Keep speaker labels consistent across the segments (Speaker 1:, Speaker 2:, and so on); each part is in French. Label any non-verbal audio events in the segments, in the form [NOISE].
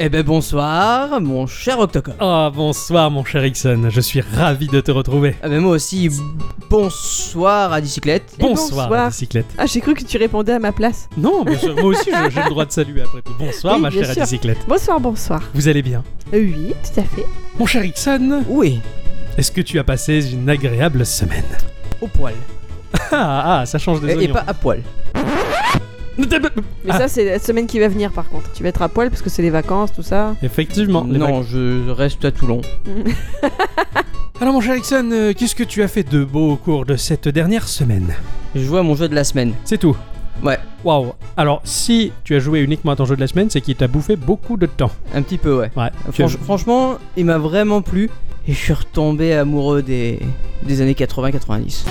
Speaker 1: Eh ben bonsoir, mon cher Octocom.
Speaker 2: Ah bonsoir mon cher Ixon, je suis ravi de te retrouver.
Speaker 1: Ah ben moi aussi, bonsoir à Dicyclette.
Speaker 2: Bonsoir, la
Speaker 3: bonsoir.
Speaker 2: bicyclette.
Speaker 3: Ah, j'ai cru que tu répondais à ma place.
Speaker 2: Non, bien sûr, moi aussi je- j'ai le droit de saluer après tout. Bonsoir
Speaker 3: Oui,
Speaker 2: ma
Speaker 3: bien
Speaker 2: chère
Speaker 3: sûr.
Speaker 2: bicyclette.
Speaker 3: Bonsoir, bonsoir.
Speaker 2: Vous allez bien
Speaker 3: Euh, Oui, tout à fait.
Speaker 2: Mon cher Ixon,
Speaker 1: Oui,
Speaker 2: est-ce que tu as passé une agréable semaine
Speaker 1: au poil.
Speaker 2: [LAUGHS] Ah ah, ça change des
Speaker 1: Et, et
Speaker 2: oignons.
Speaker 1: pas à poil.
Speaker 3: Mais
Speaker 2: Ah.
Speaker 3: ça, c'est la semaine qui va venir par contre. Tu vas être à poil parce que c'est les vacances, tout ça.
Speaker 2: Effectivement. les vacances.
Speaker 1: non, je reste à Toulon.
Speaker 2: Alors mon cher Ixon, euh, qu'est-ce que tu as fait de beau au cours de cette dernière semaine
Speaker 1: Je joue à mon jeu de la semaine.
Speaker 2: C'est tout.
Speaker 1: Ouais,
Speaker 2: Waouh. Alors si tu as joué uniquement à ton jeu de la semaine, c'est qu'il t'a bouffé beaucoup de temps.
Speaker 1: un petit peu, ouais.
Speaker 2: Ouais. tu as-
Speaker 1: Franch- franchement, il m'a vraiment plu et je suis retombé amoureux des, des années 80-90.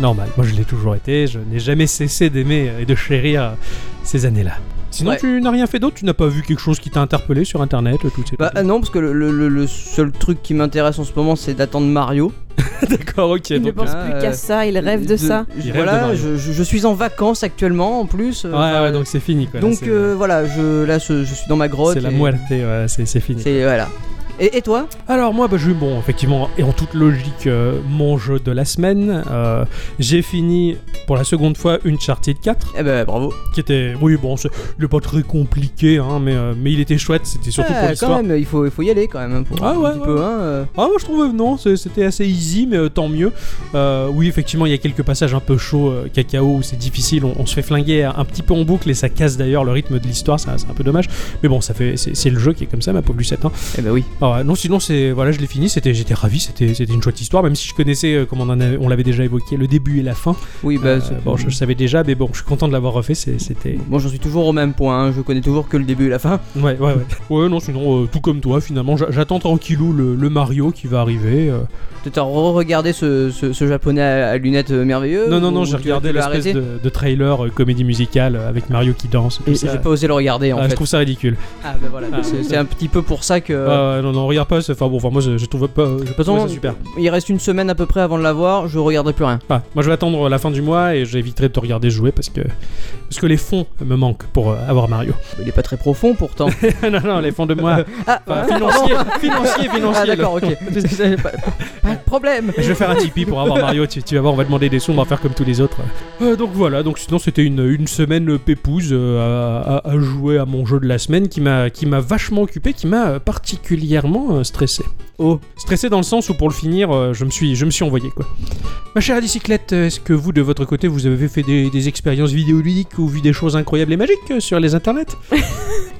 Speaker 2: Normal, moi je l'ai toujours été, je n'ai jamais cessé d'aimer et de chérir euh, ces années-là. Sinon,
Speaker 1: Ouais.
Speaker 2: tu n'as rien fait d'autre Tu n'as pas vu quelque chose qui t'a interpellé sur internet euh, tout ces
Speaker 1: [LAUGHS] Bah euh, non, parce que le, le- le- le seul truc qui m'intéresse en ce moment, c'est d'attendre Mario.
Speaker 2: d'accord, ok.
Speaker 3: [LAUGHS] il ne
Speaker 2: donc,
Speaker 3: pense
Speaker 1: euh,
Speaker 3: plus qu'à ça, il rêve de, ça.
Speaker 1: je-
Speaker 2: Il rêve de
Speaker 1: Voilà,
Speaker 2: Mario.
Speaker 1: je, je- je suis en vacances actuellement en plus. euh,
Speaker 2: euh,
Speaker 1: enfin,
Speaker 2: ouais, ouais, donc c'est fini quoi. là,
Speaker 1: donc
Speaker 2: c'est-
Speaker 1: euh, voilà, je, là je, je suis dans ma grotte.
Speaker 2: c'est la
Speaker 1: et-
Speaker 2: moelle, c'est, ouais, c'est- c'est fini.
Speaker 1: C'est voilà. Et, et toi
Speaker 2: Alors, moi, bah, je bon, effectivement, et en toute logique, euh, mon jeu de la semaine. euh, j'ai fini pour la seconde fois Uncharted 4,
Speaker 1: Eh ben bravo.
Speaker 2: qui était. Oui, bon, c'est il est pas très compliqué, hein, mais, euh, mais il était chouette, c'était surtout
Speaker 1: Ah,
Speaker 2: pour
Speaker 1: quand
Speaker 2: l'histoire.
Speaker 1: même, il faut, il faut y aller quand même hein, pour
Speaker 2: Ah,
Speaker 1: un
Speaker 2: ouais,
Speaker 1: petit
Speaker 2: ouais,
Speaker 1: peu. Hein, euh.
Speaker 2: Ah, moi je trouvais non, c'est- c'était assez easy, mais euh, tant mieux. Euh, oui, effectivement, il y a quelques passages un peu chauds, euh, cacao, où c'est difficile, on, on se fait flinguer un petit peu en boucle et ça casse d'ailleurs le rythme de l'histoire, ça- c'est un peu dommage. Mais bon, ça fait, c'est c'est le jeu qui est comme ça, ma pauvre Lucette. hein.
Speaker 1: Eh ben oui.
Speaker 2: Ah ouais, non, sinon, c'est voilà, je l'ai fini, c'était- j'étais ravi, c'était c'était une chouette histoire, même si je connaissais, euh, comme on, en avait- on l'avait déjà évoqué, le début et la fin.
Speaker 1: Oui, bah,
Speaker 2: Euh,
Speaker 1: c'est-
Speaker 2: bon, je, je savais déjà, mais bon, je suis content de l'avoir refait, c'est- c'était.
Speaker 1: Moi j'en suis toujours au même point, hein, je connais toujours que le début et la fin.
Speaker 2: Ouais, ouais,
Speaker 1: [LAUGHS]
Speaker 2: ouais. Ouais, non, sinon, euh, tout comme toi, finalement, j'a- j'attends tranquillou le, le Mario qui va arriver. euh,
Speaker 1: T'as re-regardé ce, ce- ce japonais à, à lunettes euh, merveilleux
Speaker 2: Non, non, non,
Speaker 1: ou
Speaker 2: j'ai
Speaker 1: tu-
Speaker 2: regardé
Speaker 1: tu l'as arrêté
Speaker 2: l'espèce de, de trailer euh, comédie musicale euh, avec Mario qui danse. et tout
Speaker 1: Et
Speaker 2: ça.
Speaker 1: J'ai pas osé le regarder en
Speaker 2: Ah,
Speaker 1: fait. Euh.
Speaker 2: Je trouve ça ridicule.
Speaker 1: Ah bah voilà,
Speaker 2: Ah.
Speaker 1: c'est c'est un petit peu pour ça que.
Speaker 2: Ah, ouais, non, non, regarde pas. c'est- Enfin bon, enfin, moi je, je trouve pas. Je
Speaker 1: toute
Speaker 2: trouve
Speaker 1: façon,
Speaker 2: ça super.
Speaker 1: Il reste une semaine à peu près avant de l'avoir, je regarderai plus rien.
Speaker 2: Ah, moi je vais attendre la fin du mois et j'éviterai de te regarder jouer parce que parce que les fonds me manquent pour euh, avoir Mario. [LAUGHS]
Speaker 1: Il est pas très profond pourtant.
Speaker 2: non, non, les fonds de moi.
Speaker 1: ah, [LAUGHS]
Speaker 2: Enfin,
Speaker 1: ah,
Speaker 2: financier,
Speaker 1: pardon.
Speaker 2: financier, [LAUGHS] financier.
Speaker 1: Ah d'accord,
Speaker 2: [LAUGHS]
Speaker 1: ok. pas, [LAUGHS] pas de problème.
Speaker 2: Je vais faire un Tipeee pour avoir Mario, tu, tu vas voir, on va demander des sous, on va faire comme tous les autres. Euh, donc voilà, donc sinon c'était une, une semaine pépouse euh, à, à- à jouer à mon jeu de la semaine qui m'a qui m'a vachement occupé, qui m'a euh, particulièrement euh, stressé.
Speaker 1: Oh.
Speaker 2: Stressé dans le sens où pour le finir, euh, je me suis, je me suis envoyé quoi. Ma chère bicyclette, est-ce que vous de votre côté vous avez fait des, des expériences vidéoludiques ou vu des choses incroyables et magiques euh, sur les internets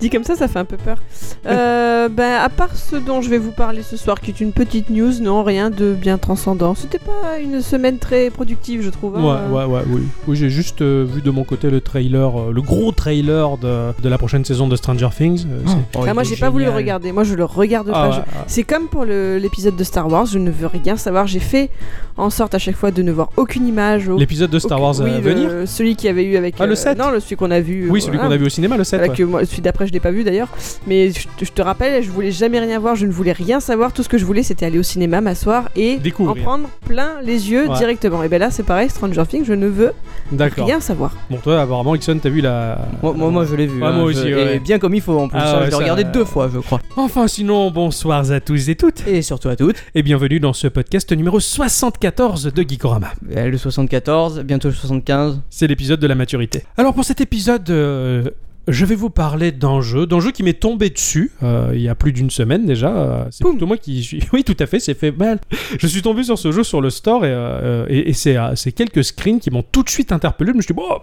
Speaker 3: Dit comme ça, ça fait un
Speaker 2: [LAUGHS]
Speaker 3: peu peur. Euh, ben, à part ce dont je vais vous parler ce soir, qui est une petite news, non, rien de bien transcendant. C'était pas une semaine très productive, je trouve. hein.
Speaker 2: Ouais, ouais, ouais, oui. Oui, j'ai juste euh, vu de mon côté le trailer, euh, le gros trailer de, de la prochaine saison de Stranger Things. euh, c'est-
Speaker 1: Oh,
Speaker 3: Ah, moi, j'ai pas voulu le regarder. Moi, je le regarde
Speaker 2: Ah
Speaker 3: pas. je-
Speaker 2: ouais, ah.
Speaker 3: C'est comme pour le- l'épisode de Star Wars, je ne veux rien savoir. J'ai fait en sorte à chaque fois de ne voir aucune image. au-
Speaker 2: L'épisode de Star
Speaker 3: aucun-
Speaker 2: Wars à
Speaker 3: oui, le-
Speaker 2: venir
Speaker 3: Celui qu'il y avait eu avec. euh,
Speaker 2: Ah, le 7.
Speaker 3: Non, le celui qu'on a vu. euh,
Speaker 2: Oui, celui qu'on a vu au cinéma, le 7.
Speaker 3: Voilà,
Speaker 2: ouais.
Speaker 3: que moi, celui d'après, je l'ai pas vu d'ailleurs. Mais je, te- je te rappelle, je voulais jamais rien voir, je ne voulais rien savoir. Tout ce que je voulais, c'était aller au cinéma, m'asseoir et
Speaker 2: Découvrir.
Speaker 3: en prendre plein les yeux
Speaker 2: Ouais.
Speaker 3: directement. Et ben là, c'est pareil, Stranger Things, je ne veux
Speaker 2: D'accord.
Speaker 3: rien savoir.
Speaker 2: Bon, toi, apparemment, Ixon, t'as vu la.
Speaker 1: Moi, moi, moi, je l'ai vu.
Speaker 2: Ouais,
Speaker 1: hein,
Speaker 2: Ah, moi
Speaker 1: je-
Speaker 2: aussi,
Speaker 1: et
Speaker 2: ouais.
Speaker 1: bien comme il faut en plus.
Speaker 2: Ah
Speaker 1: hein,
Speaker 2: ouais,
Speaker 1: je l'ai
Speaker 2: ça-
Speaker 1: regardé deux fois, je crois.
Speaker 2: Enfin, sinon, bonsoir à tous et toutes,
Speaker 1: Et surtout à toutes.
Speaker 2: et bienvenue dans ce podcast numéro 74 de Geekorama.
Speaker 1: Euh, Le 74, bientôt le 75.
Speaker 2: C'est l'épisode de la maturité. Alors, pour cet épisode. euh, Je vais vous parler d'un jeu, d'un jeu qui m'est tombé dessus euh, il y a plus d'une semaine déjà. euh, C'est
Speaker 3: Poum.
Speaker 2: plutôt moi qui suis. [LAUGHS] Oui, tout à fait, c'est fait mal. Je suis tombé sur ce jeu sur le store et, euh, et- et c'est euh, c'est quelques screens qui m'ont tout de suite interpellé. Je me suis dit, bon,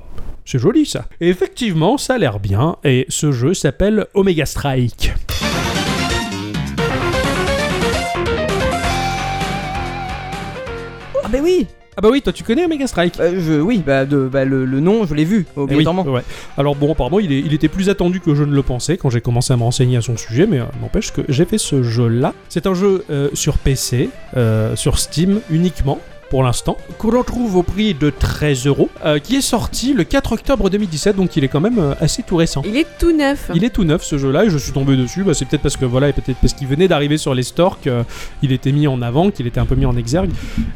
Speaker 2: c'est joli ça. Et effectivement, ça a l'air bien. Et ce jeu s'appelle Omega Strike.
Speaker 1: Ah bah oui
Speaker 2: Ah bah oui, toi tu connais Omega Strike
Speaker 1: Bah, je, Oui, bah, de, bah, le, le nom, je l'ai vu,
Speaker 2: Eh oui,
Speaker 1: obligatoirement.
Speaker 2: ouais. Alors bon, apparemment, il, est- il était plus attendu que je ne le pensais quand j'ai commencé à me renseigner à son sujet, mais euh, n'empêche que j'ai fait ce jeu-là. C'est un jeu euh, sur PC, euh, sur Steam uniquement. pour l'instant, qu'on retrouve au prix de 13 euros, euh, qui est sorti le 4 octobre 2017, donc il est quand même euh, assez tout récent.
Speaker 3: Il est tout neuf.
Speaker 2: Il est tout neuf ce jeu-là et je suis tombé dessus. Bah, c'est peut-être parce que voilà, et peut-être parce qu'il venait d'arriver sur les stores qu'il était mis en avant, qu'il était un peu mis en exergue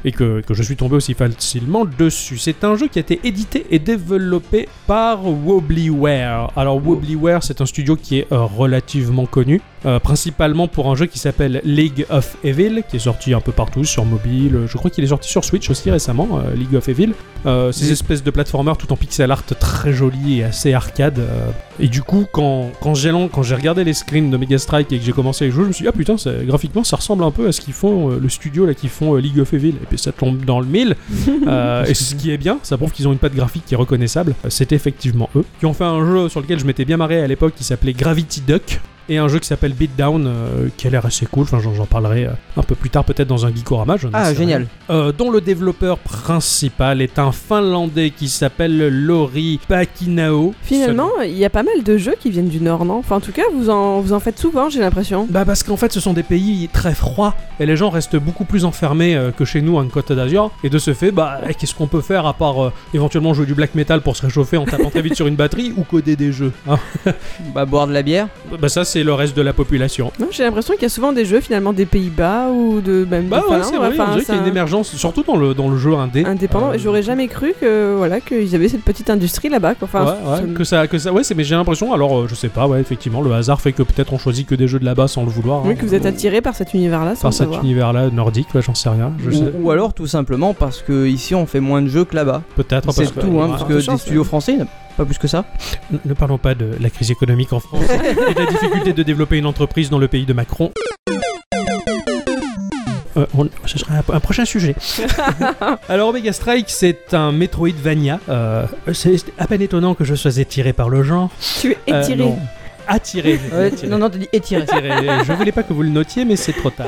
Speaker 2: et que, que je suis tombé aussi facilement dessus. C'est un jeu qui a été édité et développé par Wobblyware. Alors Wobblyware, c'est un studio qui est euh, relativement connu, euh, principalement pour un jeu qui s'appelle League of Evil, qui est sorti un peu partout sur mobile. Je crois qu'il est sorti sur Switch aussi récemment, euh, League of Evil. Euh, ces espèces de platformers tout en pixel art très joli et assez arcade. et du coup, quand, quand j'ai quand j'ai regardé les screens de Mega Strike et que j'ai commencé à jouer, je me suis dit ah putain, ça- graphiquement ça ressemble un peu à ce qu'ils font euh, le studio là qui font euh, League of Evil. Et puis ça tombe dans le
Speaker 1: [LAUGHS]
Speaker 2: mille. Euh, et ce qui est bien, ça prouve qu'ils ont une patte graphique qui est reconnaissable. Euh, C'est effectivement eux qui ont fait un jeu sur lequel je m'étais bien marré à l'époque qui s'appelait Gravity Duck. Et un jeu qui s'appelle Beatdown, euh, qui a l'air assez cool. Enfin, j'en j'en parlerai euh, un peu plus tard, peut-être dans un Geekorama. je ne sais
Speaker 1: Ah,
Speaker 2: rien.
Speaker 1: génial.
Speaker 2: Euh, dont le développeur principal est un Finlandais qui s'appelle Lori Pakinao.
Speaker 3: Finalement, il y a pas mal de jeux qui viennent du Nord, non Enfin, en tout cas, vous en, vous en faites souvent, j'ai l'impression.
Speaker 2: Bah parce qu'en fait ce sont des pays très froids et les gens restent beaucoup plus enfermés euh, que chez nous en Côte d'Azur et de ce fait bah eh, qu'est-ce qu'on peut faire à part euh, éventuellement jouer du black metal pour se réchauffer en tapant très vite sur une batterie ou coder des jeux hein.
Speaker 1: Bah, boire de la bière.
Speaker 2: Bah ça c'est le reste de la population.
Speaker 3: Non, j'ai l'impression qu'il y a souvent des jeux finalement des Pays-Bas ou de même
Speaker 2: Bah
Speaker 3: de
Speaker 2: ouais
Speaker 3: Finlande.
Speaker 2: c'est vrai, on
Speaker 3: enfin,
Speaker 2: dirait qu'il y a une
Speaker 3: c'est un-
Speaker 2: émergence surtout dans le, dans le jeu indé.
Speaker 3: indépendant.
Speaker 2: Euh,
Speaker 3: Et j'aurais jamais cru que voilà qu'ils avaient cette petite industrie là-bas. quoi. Enfin,
Speaker 2: ouais, ouais,
Speaker 3: ça me-
Speaker 2: que ça, que ça, ouais, c'est, mais j'ai l'impression, alors euh, je sais pas, ouais, effectivement, le hasard fait que peut-être on choisit que des jeux de là-bas sans le vouloir.
Speaker 3: oui,
Speaker 2: hein.
Speaker 3: que vous êtes attiré par cet univers-là, sans
Speaker 2: Par
Speaker 3: le
Speaker 2: cet
Speaker 3: savoir.
Speaker 2: univers-là nordique, ouais, j'en sais rien, je sais.
Speaker 1: Ou, ou alors tout simplement parce que ici on fait moins de jeux que là-bas.
Speaker 2: Peut-être Ah, parce
Speaker 1: C'est
Speaker 2: que-
Speaker 1: tout, hein,
Speaker 2: Ouais.
Speaker 1: parce que
Speaker 3: de
Speaker 1: des
Speaker 3: chance,
Speaker 1: studios
Speaker 3: ouais.
Speaker 1: français, il n'y en a pas plus que ça.
Speaker 2: Ne- Ne parlons pas de la crise économique
Speaker 1: [LAUGHS]
Speaker 2: en France et de la difficulté de développer une entreprise dans le pays de Macron. Euh, on- ce sera un, un
Speaker 1: [LAUGHS]
Speaker 2: prochain sujet. Alors, Omega Strike, c'est un Metroidvania. Euh, c'est c'est à peine étonnant que je sois étiré par le genre.
Speaker 3: Tu es
Speaker 2: Euh,
Speaker 3: étiré.
Speaker 2: non. Attiré. j'étais
Speaker 1: Ouais,
Speaker 2: attiré.
Speaker 1: Euh, non, non, t'as dit eh, étiré.
Speaker 2: Attiré. Je voulais pas que vous le notiez, mais c'est trop tard.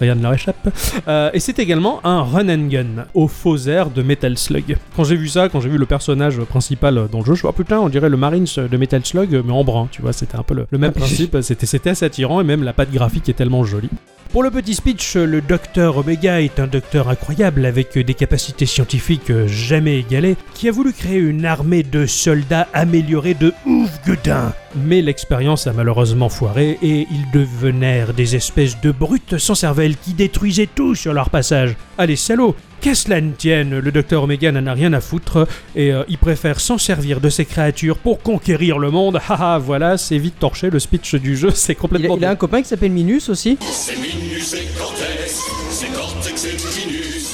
Speaker 2: Rien ne leur échappe. Euh, et c'est également un run and gun au faux air de Metal Slug. Quand j'ai vu ça, quand j'ai vu le personnage principal dans le jeu, je me suis dit, Ah, putain, on dirait le Marines de Metal Slug, mais en brun, tu vois, c'était un peu le, le même principe, c'était c'était assez attirant, et même la patte graphique est tellement jolie. Pour le petit speech, le docteur Omega est un docteur incroyable avec des capacités scientifiques euh, jamais égalées, qui a voulu créer une armée de soldats améliorés de ouf gudin. Mais l'expérience a malheureusement foiré et ils devenèrent des espèces de brutes sans cervelle qui détruisaient tout sur leur passage. Allez salauds, qu'à cela ne tienne, le docteur Omega n'en a rien à foutre et euh, il préfère s'en servir de ces créatures pour conquérir le monde. [LAUGHS] Haha, voilà, c'est vite torché le speech du jeu, c'est
Speaker 1: Il a,
Speaker 2: complètement
Speaker 1: il a un copain qui s'appelle Minus aussi.
Speaker 4: C'est Minus et Cortex, c'est Cortex et Minus.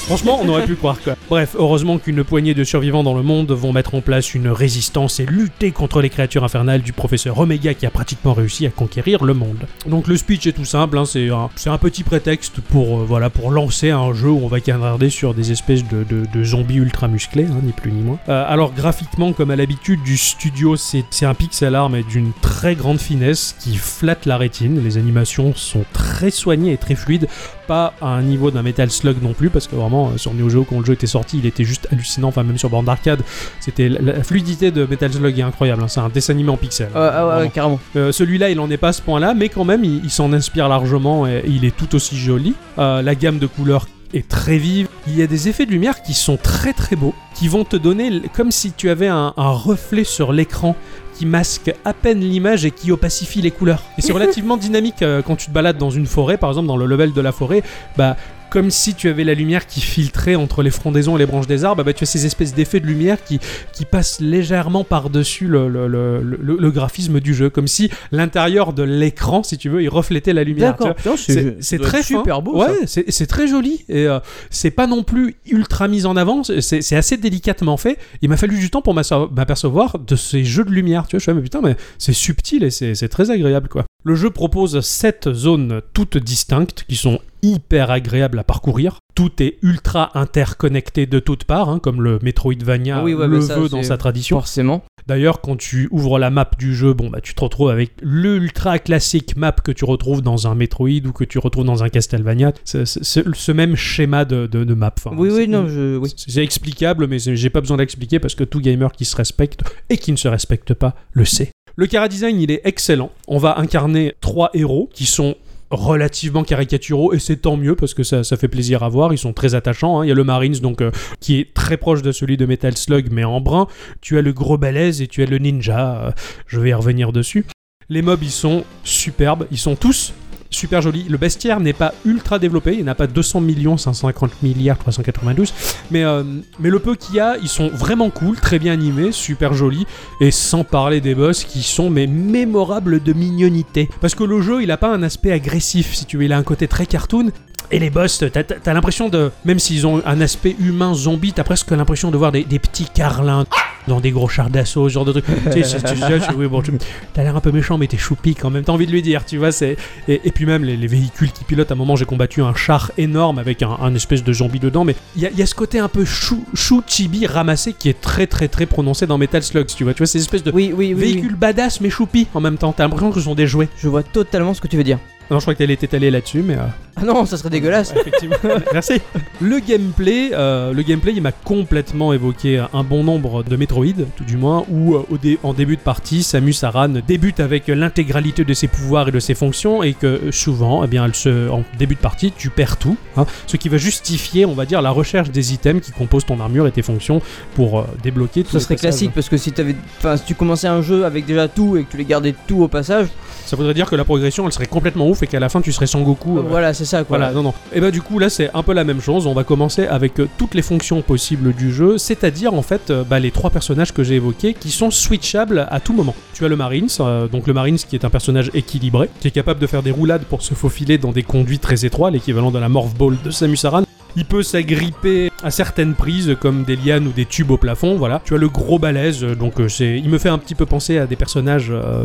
Speaker 2: Franchement, on aurait pu croire quoi. Bref, heureusement qu'une poignée de survivants dans le monde vont mettre en place une résistance et lutter contre les créatures infernales du professeur Omega qui a pratiquement réussi à conquérir le monde. Donc le speech est tout simple, hein, c'est un, c'est un petit prétexte pour euh, voilà pour lancer un jeu où on va canarder sur des espèces de, de- de zombies ultra musclés, hein, ni plus ni moins. Euh, alors graphiquement, comme à l'habitude du studio, c'est c'est un pixel art mais d'une très grande finesse qui flatte la rétine. Les animations sont très soignées et très fluides pas à un niveau d'un Metal Slug non plus, parce que vraiment, euh, sur Neo Geo, quand le jeu était sorti, il était juste hallucinant, enfin même sur bande d'arcade, c'était la, la fluidité de Metal Slug est incroyable, hein. c'est un dessin animé en pixel.
Speaker 1: Euh, ah ouais,
Speaker 2: Vraiment.
Speaker 1: carrément.
Speaker 2: Euh, Celui-là, il en est pas à ce point-là, mais quand même, il, il s'en inspire largement et, et il est tout aussi joli. Euh, la gamme de couleurs est très vive. Il y a des effets de lumière qui sont très très beaux, qui vont te donner l- comme si tu avais un, un reflet sur l'écran qui masque à peine l'image et qui opacifie les couleurs. Et c'est relativement dynamique euh, quand tu te balades dans une forêt, par exemple dans le level de la forêt, bah comme si tu avais la lumière qui filtrait entre les frondaisons et les branches des arbres, bah tu as ces espèces d'effets de lumière qui, qui passent légèrement par-dessus le, le- le- le- le graphisme du jeu, comme si l'intérieur de l'écran, si tu veux, il reflétait la lumière. tu vois.
Speaker 1: D'accord. Putain,
Speaker 2: C'est
Speaker 1: ça
Speaker 2: c'est
Speaker 1: doit
Speaker 2: très
Speaker 1: être super
Speaker 2: fin.
Speaker 1: beau. ça.
Speaker 2: Ouais, c'est c'est très joli et euh, c'est pas non plus ultra mis en avant. c'est- C'est assez délicatement fait. Il m'a fallu du temps pour m'asso- m'apercevoir de ces jeux de lumière. Tu vois, je suis là, mais putain, mais c'est subtil et c'est c'est très agréable quoi. Le jeu propose sept zones toutes distinctes qui sont hyper agréables à parcourir. Tout est ultra interconnecté de toutes parts, hein, comme le Metroidvania
Speaker 1: Ah Oui, ouais,
Speaker 2: le
Speaker 1: mais ça,
Speaker 2: veut dans
Speaker 1: c'est-
Speaker 2: sa tradition.
Speaker 1: Forcément.
Speaker 2: D'ailleurs, quand tu ouvres la map du jeu, bon bah tu te retrouves avec l'ultra classique map que tu retrouves dans un Metroid ou que tu retrouves dans un Castlevania. C'est- c'est- c'est ce même schéma de, de- de map. Enfin,
Speaker 1: oui,
Speaker 2: c'est-
Speaker 1: oui, non, je. Oui.
Speaker 2: c'est- C'est explicable, mais c'est- j'ai pas besoin d'expliquer parce que tout gamer qui se respecte et qui ne se respecte pas le sait. Le chara design, il est excellent. On va incarner trois héros qui sont relativement caricaturaux et c'est tant mieux parce que ça, ça fait plaisir à voir. Ils sont très attachants. hein. Il y a le Marines donc euh, qui est très proche de celui de Metal Slug mais en brun. Tu as le gros balèze et tu as le ninja. euh, je vais y revenir dessus. Les mobs ils sont superbes. Ils sont tous super jolis. Le bestiaire n'est pas ultra développé. Il n'a pas 200 millions 550 milliards 392. Mais euh, mais le peu qu'il y a, ils sont vraiment cool, très bien animés, super jolis. Et sans parler des boss qui sont mais mémorables de mignonité. Parce que le jeu, il a pas un aspect agressif, si tu veux, il a un côté très cartoon. Et les boss, t'as- t'as t'as l'impression de. Même s'ils ont un aspect humain zombie, t'as presque l'impression de voir des, des petits carlins dans des gros chars d'assaut, ce genre de trucs. tu sais, c'est- tu- tu- tu- oui, bon, tu- t'as l'air un peu méchant, mais t'es choupi quand même. T'as envie de lui dire, tu vois. c'est Et, et puis même les, les véhicules qui pilotent, à un moment, j'ai combattu un char énorme avec un, un espèce de zombie dedans. Mais il y, a- il y a ce côté un peu chou, chou chibi ramassé qui est très, très, très prononcé dans Metal Slug, tu vois. Tu vois, ces espèces de
Speaker 1: Oui, oui, oui, oui.
Speaker 2: véhicules badass, mais choupi en même temps. T'as l'impression que ce sont des jouets.
Speaker 1: Je vois totalement ce que tu veux dire.
Speaker 2: Non, je crois que t'allais t'étaler là-dessus, mais. euh,
Speaker 1: Ah non, ça serait dégueulasse. [LAUGHS]
Speaker 2: Ouais, effectivement. Merci. Le gameplay, euh, le gameplay, il m'a complètement évoqué un bon nombre de Metroid, tout du moins, où euh, au dé- en début de partie, Samus Aran débute avec l'intégralité de ses pouvoirs et de ses fonctions, et que euh, souvent, eh bien, elle se, en début de partie, tu perds tout, hein, ce qui va justifier, on va dire, la recherche des items qui composent ton armure et tes fonctions pour euh, débloquer. tous
Speaker 1: Ça
Speaker 2: les
Speaker 1: serait
Speaker 2: passages.
Speaker 1: classique parce que si t'avais, enfin, si tu commençais un jeu avec déjà tout et que tu les gardais tout au passage,
Speaker 2: Ça voudrait dire que la progression, elle serait complètement ouf, et qu'à la fin, tu serais sans Goku. euh,
Speaker 1: voilà, c'est ça quoi.
Speaker 2: Voilà, non, non. Et bah du coup là c'est un peu la même chose. On va commencer avec euh, toutes les fonctions possibles du jeu, c'est-à-dire en fait euh, bah, les trois personnages que j'ai évoqués qui sont switchables à tout moment. Tu as le Marines, euh, donc le Marines qui est un personnage équilibré, qui est capable de faire des roulades pour se faufiler dans des conduits très étroits, l'équivalent de la Morph Ball de Samus Aran. Il peut s'agripper à certaines prises comme des lianes ou des tubes au plafond, voilà. Tu as le gros balèze, euh, donc euh, c'est, il me fait un petit peu penser à des personnages euh,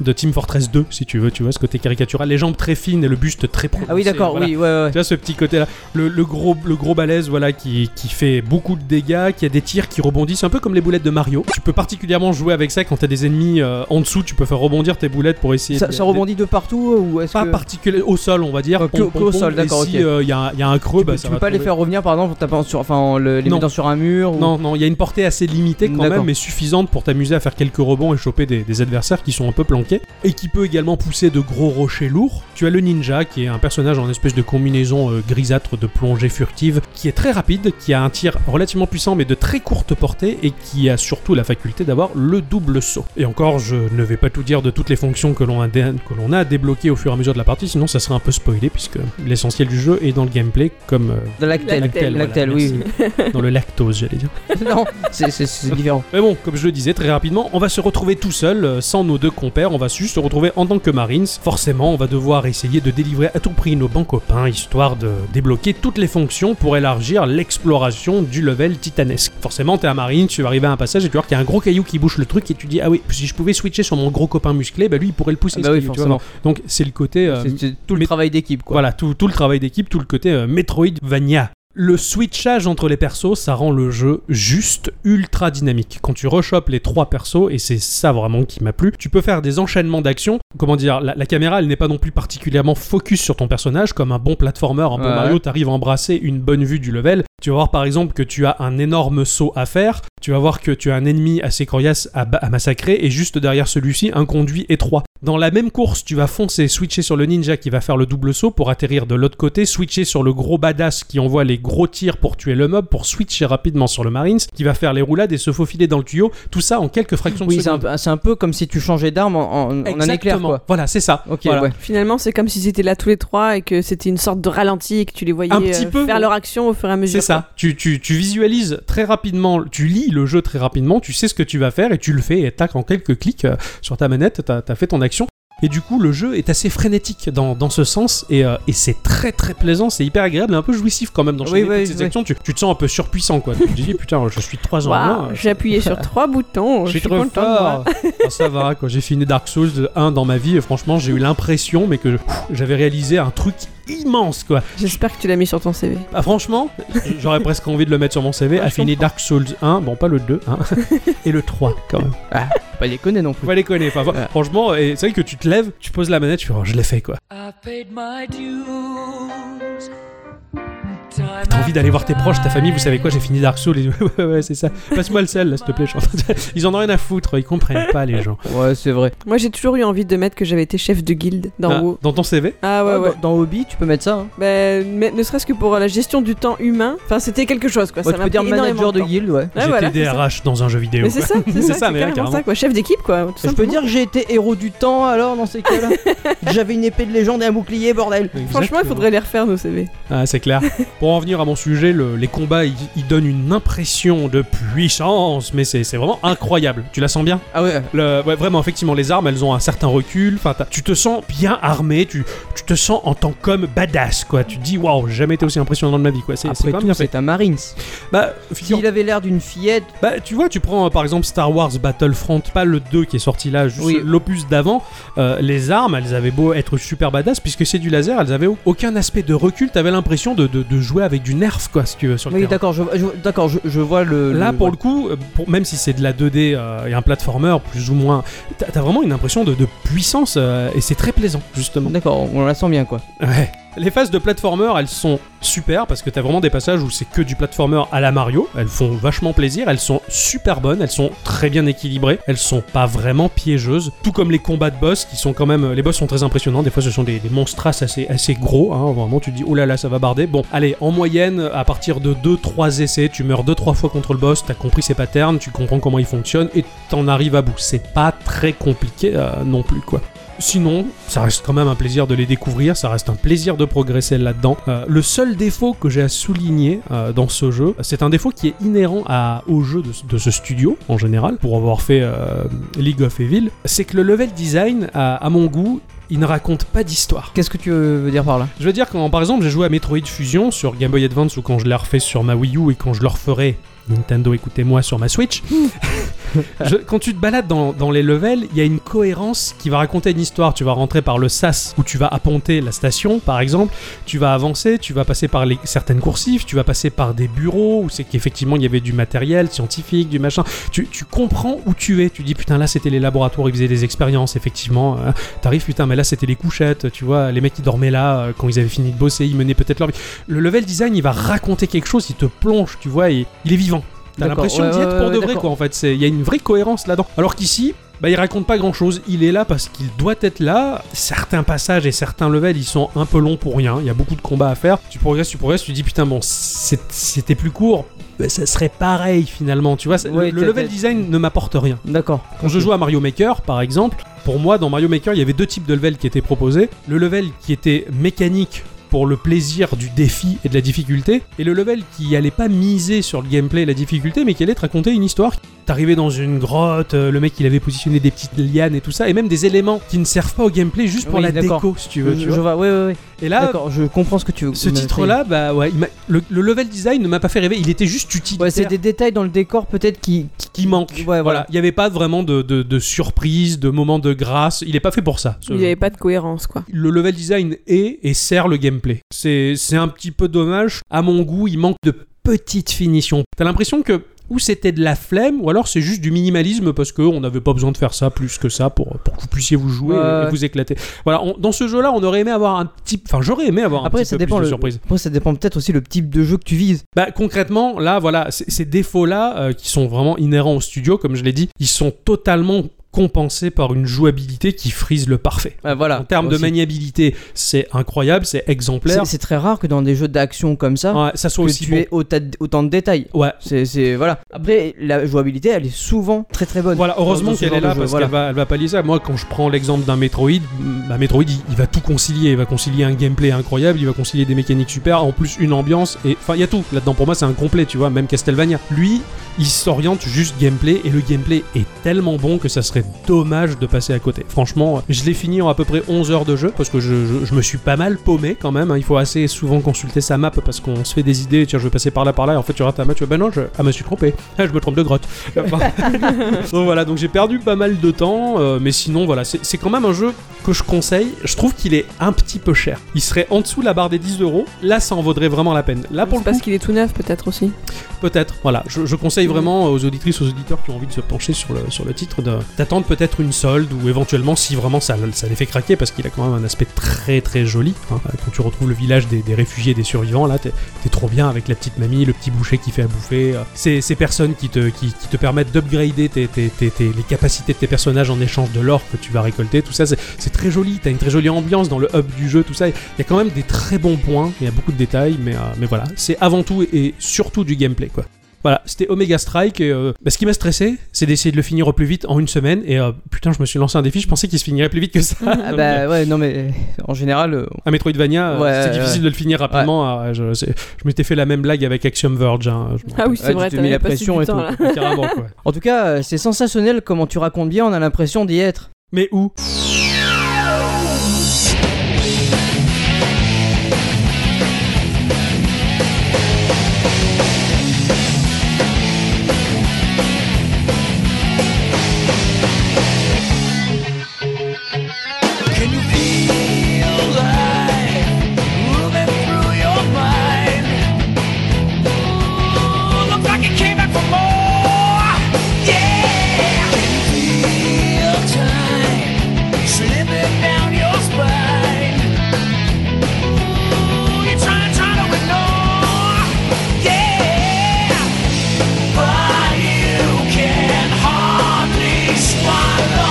Speaker 2: de Team Fortress 2, si tu veux, tu vois, ce côté caricatural, les jambes très fines et le buste très prononcé.
Speaker 1: Ah oui, d'accord,
Speaker 2: voilà.
Speaker 1: oui, ouais, ouais.
Speaker 2: Tu vois ce petit côté-là, le, le gros, le gros balèze, voilà, qui, qui fait beaucoup de dégâts, qui a des tirs qui rebondissent, un peu comme les boulettes de Mario. Tu peux particulièrement jouer avec ça quand t'as des ennemis euh, en dessous, tu peux faire rebondir tes boulettes pour essayer.
Speaker 1: Ça,
Speaker 2: de-
Speaker 1: ça rebondit de partout ou est-ce
Speaker 2: Pas
Speaker 1: que
Speaker 2: particulièrement au sol, on va dire.
Speaker 1: Ah, que-
Speaker 2: Pom, pom,
Speaker 1: qu'au
Speaker 2: pom.
Speaker 1: sol,
Speaker 2: Et
Speaker 1: d'accord,
Speaker 2: Si
Speaker 1: ok.
Speaker 2: il y, a un- y a un creux,
Speaker 1: tu,
Speaker 2: bah,
Speaker 1: peux-
Speaker 2: ça
Speaker 1: tu peux
Speaker 2: va
Speaker 1: pas les
Speaker 2: tomber.
Speaker 1: faire revenir par exemple en tapant sur, enfin, en le- les
Speaker 2: Non.
Speaker 1: mettant sur un mur ou-
Speaker 2: Non, non, il y a une portée assez limitée quand
Speaker 1: D'accord.
Speaker 2: même, mais suffisante pour t'amuser à faire quelques rebonds et choper des, des adversaires qui sont un peu planqués. Et qui peut également pousser de gros rochers lourds. Tu as le ninja, qui est un personnage en espèce de combinaison euh, grisâtre de plongée furtive, qui est très rapide, qui a un tir relativement puissant mais de très courte portée, et qui a surtout la faculté d'avoir le double saut. Et encore, je ne vais pas tout dire de toutes les fonctions que l'on a, dé- que l'on a débloquées au fur et à mesure de la partie, sinon ça serait un peu spoilé, puisque l'essentiel du jeu est dans le gameplay, comme... euh,
Speaker 1: De lactel.
Speaker 3: Lactel,
Speaker 1: Lactel,
Speaker 2: voilà,
Speaker 1: oui.
Speaker 2: merci. Dans le lactose, j'allais dire.
Speaker 1: oui. [LAUGHS] non, c'est- c'est c'est différent.
Speaker 2: Mais bon, comme je le disais très rapidement, on va se retrouver tout seul, euh, sans nos deux compères, on va juste se retrouver en tant que Marines. Forcément, on va devoir essayer de délivrer à tout prix nos bons copains, histoire de débloquer toutes les fonctions pour élargir l'exploration du level titanesque. Forcément, t'es un Marine, tu vas arriver à un passage et tu vois qu'il y a un gros caillou qui bouche le truc et tu dis, ah oui, si je pouvais switcher sur mon gros copain musclé, bah lui, il pourrait le pousser.
Speaker 1: Ah bah
Speaker 2: ce
Speaker 1: oui,
Speaker 2: caillou, tu vois.
Speaker 1: forcément.
Speaker 2: Donc, c'est le côté... euh,
Speaker 1: C'est- c'est tout le
Speaker 2: mais-
Speaker 1: travail d'équipe quoi.
Speaker 2: voilà, tout, tout le travail d'équipe, tout le côté euh, Metroidvania. Le switchage entre les persos, ça rend le jeu juste ultra dynamique. Quand tu rechopes les trois persos, et c'est ça vraiment qui m'a plu, tu peux faire des enchaînements d'actions. Comment dire, la, la caméra, elle n'est pas non plus particulièrement focus sur ton personnage, comme un bon platformer, un bon
Speaker 1: Ouais.
Speaker 2: Mario, t'arrives à embrasser une bonne vue du level. Tu vas voir par exemple que tu as un énorme saut à faire, tu vas voir que tu as un ennemi assez coriace à, ba- à massacrer et juste derrière celui-ci un conduit étroit. Dans la même course, tu vas foncer, switcher sur le ninja qui va faire le double saut pour atterrir de l'autre côté, switcher sur le gros badass qui envoie les gros tirs pour tuer le mob, pour switcher rapidement sur le marines qui va faire les roulades et se faufiler dans le tuyau, tout ça en quelques fractions de
Speaker 1: Oui, c'est un,
Speaker 2: seconde.
Speaker 1: peu- c'est un peu comme si tu changeais d'arme en, en- en un éclair
Speaker 2: Exactement.
Speaker 1: quoi.
Speaker 2: Voilà, c'est ça.
Speaker 1: Ok,
Speaker 2: Voilà.
Speaker 1: ouais.
Speaker 3: Finalement, c'est comme s'ils étaient là tous les trois et que c'était une sorte de ralenti et que tu les voyais
Speaker 2: Un petit
Speaker 3: euh,
Speaker 2: peu,
Speaker 3: faire
Speaker 2: ouais.
Speaker 3: leur action au fur et à mesure.
Speaker 2: C'est ça. Tu, tu, tu visualises très rapidement, tu lis le jeu très rapidement, tu sais ce que tu vas faire et tu le fais. Et tac, en quelques clics euh, sur ta manette, t'as as fait ton action. Et du coup, le jeu est assez frénétique dans, dans ce sens et, euh, et c'est très très plaisant, c'est hyper agréable et un peu jouissif quand même dans
Speaker 1: Oui, oui,
Speaker 2: ces
Speaker 1: oui.
Speaker 2: actions. Tu, tu te sens un peu surpuissant quoi. tu te dis putain, je suis 3 ans
Speaker 3: Waouh,
Speaker 2: en un,
Speaker 3: j'ai appuyé sur
Speaker 2: [LAUGHS]
Speaker 3: trois boutons.
Speaker 2: euh, je suis trop
Speaker 3: content de
Speaker 2: fort.
Speaker 3: moi.
Speaker 2: Ah, ça va, quoi. J'ai fini Dark Souls 1 dans ma vie et franchement, j'ai eu l'impression, mais que pff, j'avais réalisé un truc immense quoi.
Speaker 3: J'espère que tu l'as mis sur ton CV.
Speaker 2: Bah, franchement, j'aurais presque envie de le mettre sur mon CV.
Speaker 3: Ouais,
Speaker 2: a
Speaker 3: je
Speaker 2: fini Dark Souls 1, bon pas le 2, [LAUGHS] hein, et le 3 quand même.
Speaker 1: Faut Pas déconner non
Speaker 2: Faut
Speaker 1: plus.
Speaker 2: pas les connaître. Enfin,
Speaker 1: Ouais.
Speaker 2: Franchement, et c'est vrai que tu te lèves, tu poses la manette, tu fais, Oh, je l'ai fait quoi.
Speaker 5: I paid my dues. Time
Speaker 2: T'as envie d'aller voir tes proches, ta famille, vous savez quoi, j'ai fini Dark Souls. Ils disent, [LAUGHS] Ouais, ouais, ouais, c'est ça. Passe-moi le sel, là, s'il te plaît. je rentre. [LAUGHS] Ils en ont rien à foutre, ils comprennent pas, les gens.
Speaker 1: Ouais, c'est vrai.
Speaker 3: Moi, j'ai toujours eu envie de mettre que j'avais été chef de guilde dans
Speaker 2: Ah,
Speaker 3: WoW.
Speaker 2: dans ton CV
Speaker 3: Ah ouais, ouais.
Speaker 1: Dans, dans Hobby, tu peux mettre ça. hein.
Speaker 3: Ben, mais ne serait-ce que pour la gestion du temps humain. Enfin, c'était quelque chose, quoi.
Speaker 1: Ouais,
Speaker 3: ça
Speaker 1: tu
Speaker 3: m'a
Speaker 1: peux dire
Speaker 3: pris énormément
Speaker 1: manager de
Speaker 3: temps.
Speaker 1: guilde, ouais.
Speaker 3: Ouais,
Speaker 2: J'étais
Speaker 3: voilà, c'est ça.
Speaker 2: DRH dans un jeu vidéo.
Speaker 3: Mais c'est ça,
Speaker 1: [LAUGHS]
Speaker 3: c'est
Speaker 2: C'est
Speaker 3: ça,
Speaker 2: ça,
Speaker 3: c'est
Speaker 2: mais
Speaker 3: carrément
Speaker 2: carrément.
Speaker 3: ça, quoi. Chef d'équipe, quoi. tout
Speaker 1: Je peux
Speaker 3: simplement.
Speaker 1: dire que j'ai été héros du temps alors dans ces cas-là. J'avais une épée de légende et un bouclier, bordel.
Speaker 3: Franchement, il
Speaker 2: Exactement.
Speaker 3: faudrait les refaire, nos CV.
Speaker 2: Ah, c'est
Speaker 3: [LAUGHS]
Speaker 2: clair. Pour en venir à mon sujet, le- les combats, ils, ils donnent une impression de puissance, mais c'est c'est vraiment incroyable. Tu la sens bien
Speaker 1: Ah ouais,
Speaker 2: Le- ouais, Vraiment, effectivement, les armes, elles ont un certain recul. Enfin, t'as- tu te sens bien armé, tu, tu te sens en tant qu'homme badass, quoi. Tu te dis, waouh, j'ai jamais été aussi impressionnant de ma vie, quoi. C'est c'est
Speaker 1: après
Speaker 2: quand même
Speaker 1: tout,
Speaker 2: bien fait.
Speaker 1: c'est un Marines.
Speaker 2: Bah, figure-
Speaker 1: S'il avait l'air d'une fillette,
Speaker 2: bah, tu vois, tu prends euh, par exemple Star Wars Battlefront, pas le 2 qui est sorti là, juste
Speaker 1: Oui.
Speaker 2: l'opus d'avant. euh, les armes, elles avaient beau être super badass, puisque c'est du laser, elles avaient au- aucun aspect de recul. T'avais l'impression de, de- de jouer avec du nerf, quoi, si tu veux, sur le
Speaker 1: oui,
Speaker 2: terrain.
Speaker 1: d'accord, je, je- d'accord, je, je vois le.
Speaker 2: Là,
Speaker 1: le-
Speaker 2: pour le coup, euh, pour- même si c'est de la 2D euh, et un platformer, plus ou moins, t'as t'as vraiment une impression de, de puissance euh, et c'est très plaisant, justement.
Speaker 1: D'accord, on la sent bien quoi.
Speaker 2: Ouais. Les phases de platformer, elles sont super parce que t'as vraiment des passages où c'est que du platformer à la Mario. Elles font vachement plaisir, elles sont super bonnes, elles sont très bien équilibrées, elles sont pas vraiment piégeuses. Tout comme les combats de boss qui sont quand même. Les boss sont très impressionnants, des fois ce sont des, des monstrasses assez, assez gros. hein. Vraiment, tu te dis, oh là là, ça va barder. Bon, allez, en moyenne, à partir de 2-3 essais, tu meurs 2-3 fois contre le boss, t'as compris ses patterns, tu comprends comment il fonctionne et t'en arrives à bout. C'est pas très compliqué euh, non plus quoi. Sinon, ça reste quand même un plaisir de les découvrir, ça reste un plaisir de progresser là-dedans. Euh, le seul défaut que j'ai à souligner euh, dans ce jeu, c'est un défaut qui est inhérent à, au jeu de, ce- de ce studio en général, pour avoir fait euh, League of Evil, c'est que le level design, à- à mon goût, il ne raconte pas d'histoire.
Speaker 1: Qu'est-ce que tu veux dire par là
Speaker 2: Je veux dire, quand par exemple j'ai joué à Metroid Fusion sur Game Boy Advance ou quand je l'ai refait sur ma Wii U et quand je le referai, Nintendo écoutez-moi, sur ma Switch, [LAUGHS] je- quand tu te balades dans, dans les levels, il y a une cohérence qui va raconter une histoire. Tu vas rentrer par le sas où tu vas apponter la station par exemple, tu vas avancer, tu vas passer par les, certaines coursives, tu vas passer par des bureaux où c'est qu'effectivement il y avait du matériel scientifique, du machin. Tu, tu comprends où tu es, tu dis putain là c'était les laboratoires, ils faisaient des expériences effectivement. euh, T'arrives, putain, mais là c'était les couchettes, tu vois, les mecs qui dormaient là euh, quand ils avaient fini de bosser, ils menaient peut-être leur vie. Le level design, il va raconter quelque chose, il te plonge, tu vois, et il est vivant. T'as
Speaker 1: D'accord,
Speaker 2: l'impression
Speaker 1: ouais,
Speaker 2: d'y
Speaker 1: ouais,
Speaker 2: être
Speaker 1: ouais,
Speaker 2: pour de
Speaker 1: ouais,
Speaker 2: vrai,
Speaker 1: d'accord.
Speaker 2: quoi, en fait. C'est- Il y a une vraie cohérence là-dedans. Alors qu'ici, bah, il raconte pas grand-chose. Il est là parce qu'il doit être là. Certains passages et certains levels, ils sont un peu longs pour rien. Il y a beaucoup de combats à faire. Tu progresses, tu progresses, tu dis, putain, bon, c'est- c'était plus court. Bah, ça serait pareil, finalement, tu vois. c'est-
Speaker 1: Ouais,
Speaker 2: le- le
Speaker 1: t'as-
Speaker 2: level
Speaker 1: t'as-
Speaker 2: design ne m'apporte rien.
Speaker 1: D'accord.
Speaker 2: Quand je joue à Mario Maker, par exemple, pour moi, dans Mario Maker, il y avait deux types de levels qui étaient proposés. Le level qui était mécanique pour le plaisir du défi et de la difficulté, et le level qui allait pas miser sur le gameplay et la difficulté, mais qui allait te raconter une histoire. T'arrivais dans une grotte, euh, le mec il avait positionné des petites lianes et tout ça, et même des éléments qui ne servent pas au gameplay juste pour
Speaker 1: Oui,
Speaker 2: la
Speaker 1: d'accord.
Speaker 2: déco, si tu
Speaker 1: Je,
Speaker 2: veux. tu
Speaker 1: je
Speaker 2: vois.
Speaker 1: vois, ouais, ouais, ouais.
Speaker 2: Et là,
Speaker 1: d'accord, je comprends ce que tu veux.
Speaker 2: ce
Speaker 1: me-
Speaker 2: titre-là, bah ouais, il m'a- le, le level design ne m'a pas fait rêver, il était juste utile.
Speaker 1: Ouais, c'est des détails dans le décor peut-être qui.
Speaker 2: qui manque.
Speaker 1: Ouais,
Speaker 2: voilà.
Speaker 1: voilà.
Speaker 2: Il n'y avait pas vraiment de, de, de surprise, de moment de grâce. Il n'est pas fait pour ça. ce
Speaker 3: Il n'y
Speaker 2: jeu.
Speaker 3: avait pas de cohérence, quoi.
Speaker 2: Le level design est et sert le gameplay. C'est c'est un petit peu dommage. À mon goût, il manque de petites finitions. T'as l'impression que ou c'était de la flemme, ou alors c'est juste du minimalisme parce qu'on n'avait pas besoin de faire ça plus que ça pour, pour que vous puissiez vous jouer
Speaker 1: Ouais,
Speaker 2: et
Speaker 1: ouais.
Speaker 2: vous éclater. Voilà, on- dans ce jeu-là, on aurait aimé avoir un petit... Enfin, j'aurais aimé avoir un
Speaker 1: Après,
Speaker 2: petit
Speaker 1: ça
Speaker 2: peu
Speaker 1: dépend.
Speaker 2: plus de
Speaker 1: Le...
Speaker 2: surprise.
Speaker 1: Après, ça dépend peut-être aussi le type de jeu que tu vises.
Speaker 2: Bah concrètement, là voilà, c- ces défauts-là euh, qui sont vraiment inhérents au studio, comme je l'ai dit, ils sont totalement compensés par une jouabilité qui frise le parfait.
Speaker 1: Bah, voilà.
Speaker 2: En termes de
Speaker 1: Aussi.
Speaker 2: maniabilité, c'est incroyable, c'est exemplaire.
Speaker 1: C'est- C'est très rare que dans des jeux d'action comme ça,
Speaker 2: Ouais, ça soit
Speaker 1: que
Speaker 2: aussi
Speaker 1: tu
Speaker 2: bon.
Speaker 1: aies autant, autant de détails.
Speaker 2: Ouais.
Speaker 1: C'est- C'est voilà. Après, la jouabilité, elle est souvent très très bonne.
Speaker 2: Voilà, heureusement
Speaker 1: dans ce
Speaker 2: qu'elle
Speaker 1: genre
Speaker 2: est
Speaker 1: de
Speaker 2: là
Speaker 1: jeu,
Speaker 2: parce
Speaker 1: voilà.
Speaker 2: qu'elle va, elle va pallier ça. Moi, quand je prends l'exemple d'un Metroid, mm, bah, Metroid, il, il va tout concilier. Il va concilier un gameplay incroyable, il va concilier des mécaniques super, en plus une ambiance, et enfin, il y a tout. Là-dedans, pour moi, c'est un complet, tu vois, même Castlevania. Lui, il s'oriente juste gameplay, et le gameplay est tellement bon que ça serait dommage de passer à côté. Franchement, je l'ai fini en à peu près 11 heures de jeu, parce que je, je- je me suis pas mal paumé quand même. hein. Il faut assez souvent consulter sa map parce qu'on se fait des idées, tiens, je vais passer par là, par là, et en fait, tu rates ta map, tu vas, bah non, je, ah, je me suis trompé, [LAUGHS] Ah, je me trompe de grotte. [LAUGHS] Enfin, donc voilà, donc j'ai perdu pas mal de temps, euh, mais sinon voilà, c'est c'est quand même un jeu que je conseille. Je trouve qu'il est un petit peu cher. Il serait en dessous de la barre des 10 euros. Là, ça en vaudrait vraiment la peine. Là, pour
Speaker 3: C'est
Speaker 2: le
Speaker 3: parce
Speaker 2: coup,
Speaker 3: qu'il est tout neuf, peut-être aussi.
Speaker 2: peut-être. Voilà, je, je conseille conseille vraiment aux auditrices, aux auditeurs qui ont envie de se pencher sur le, sur le titre, de- d'attendre peut-être une solde ou éventuellement si vraiment ça, ça les fait craquer parce qu'il a quand même un aspect très très joli. hein. Quand tu retrouves le village des, des réfugiés, des survivants, là, t'es t'es trop bien avec la petite mamie, le petit boucher qui fait à bouffer, euh, ces, ces personnes qui te, qui, qui te permettent d'upgrader tes, tes- tes- tes- les capacités de tes personnages en échange de l'or que tu vas récolter, tout ça, c'est c'est très joli. T'as une très jolie ambiance dans le hub du jeu, tout ça. Il y a quand même des très bons points, il y a beaucoup de détails, mais, euh, mais voilà, c'est avant tout et, et surtout du gameplay, quoi. Voilà, c'était Omega Strike. Et, euh, bah, ce qui m'a stressé, c'est d'essayer de le finir au plus vite en une semaine. Et euh, putain, je me suis lancé un défi. Je pensais qu'il se finirait plus vite que ça.
Speaker 1: [LAUGHS] Ah bah ouais, non mais euh, en général, euh,
Speaker 2: Un Metroidvania, euh,
Speaker 1: Ouais,
Speaker 2: c'est
Speaker 1: ouais,
Speaker 2: difficile de le finir rapidement. Ah, je c'est- je m'étais fait la même blague avec Axiom Verge. hein, je m'en
Speaker 3: Ah oui,
Speaker 1: Ah,
Speaker 3: c'est
Speaker 1: tu
Speaker 3: vrai,
Speaker 1: t'es
Speaker 3: t'as
Speaker 1: mis la
Speaker 3: passé
Speaker 1: pression
Speaker 3: du
Speaker 1: et
Speaker 3: temps,
Speaker 1: tout.
Speaker 3: là.
Speaker 2: rappelle carrément,
Speaker 1: [LAUGHS]
Speaker 2: quoi.
Speaker 1: en tout cas, euh, c'est sensationnel comment tu racontes bien, on a l'impression d'y être.
Speaker 2: Mais où
Speaker 5: Can you feel life moving through your mind? Ooh, looks like it came back for more. Yeah. Can you feel time slipping down your spine? Ooh, you're trying, trying to ignore. Yeah. But you can hardly swallow.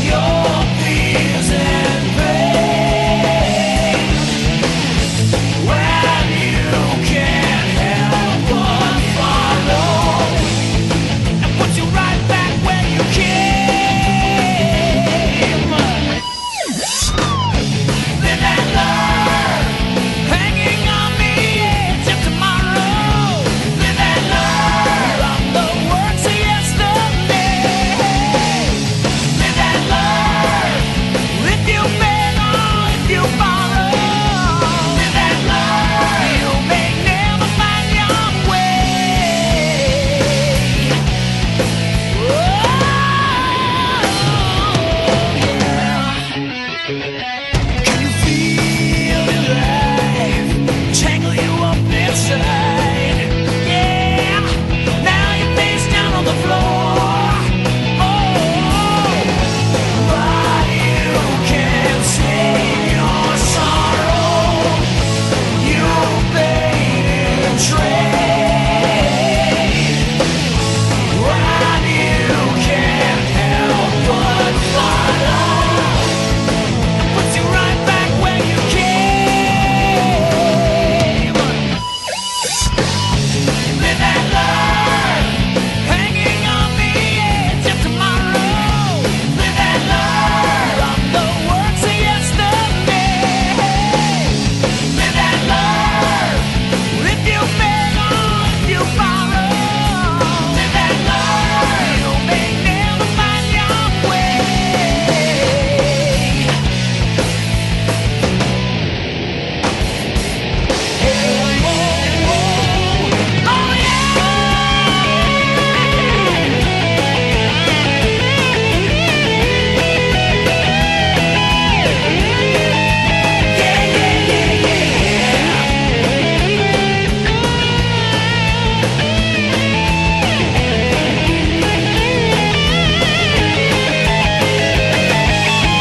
Speaker 5: Your fears and pain. When you can't help but follow, and put you right back where you came. Live and learn, hanging on the edge of tomorrow. Live and learn from the words of yesterday. Live and learn. If you fail or if you follow, live and learn. You may never find your way. Can you feel your life tangle you up inside? Yeah. Now you're face down on the floor. Oh. But you can sing your sorrow. You paid in trade. When you can't help but follow, puts you right back where you came. Live and learn, hanging on the edge of tomorrow. Live and learn from the words of yesterday. Live and learn. If you fail or if you follow, live and learn. You may never find your way. Oh yeah.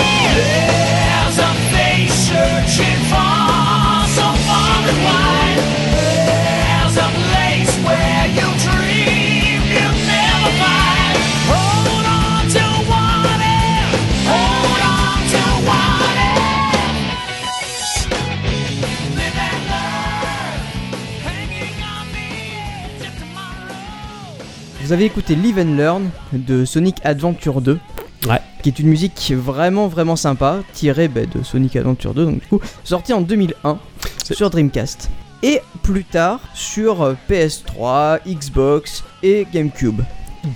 Speaker 5: There's a face searching far, so far and wide. There's a place where you dream you'll never find. Hold on to what if. Hold on to what if. Live and learn, hanging on the edge of tomorrow.
Speaker 1: Vous avez écouté Live and Learn de Sonic Adventure 2.
Speaker 2: Ouais.
Speaker 1: Qui est une musique vraiment vraiment sympa, tirée bah, de Sonic Adventure 2, donc du coup, sortie en 2001
Speaker 2: C'est-
Speaker 1: sur Dreamcast. Et plus tard sur euh, PS3, Xbox et GameCube.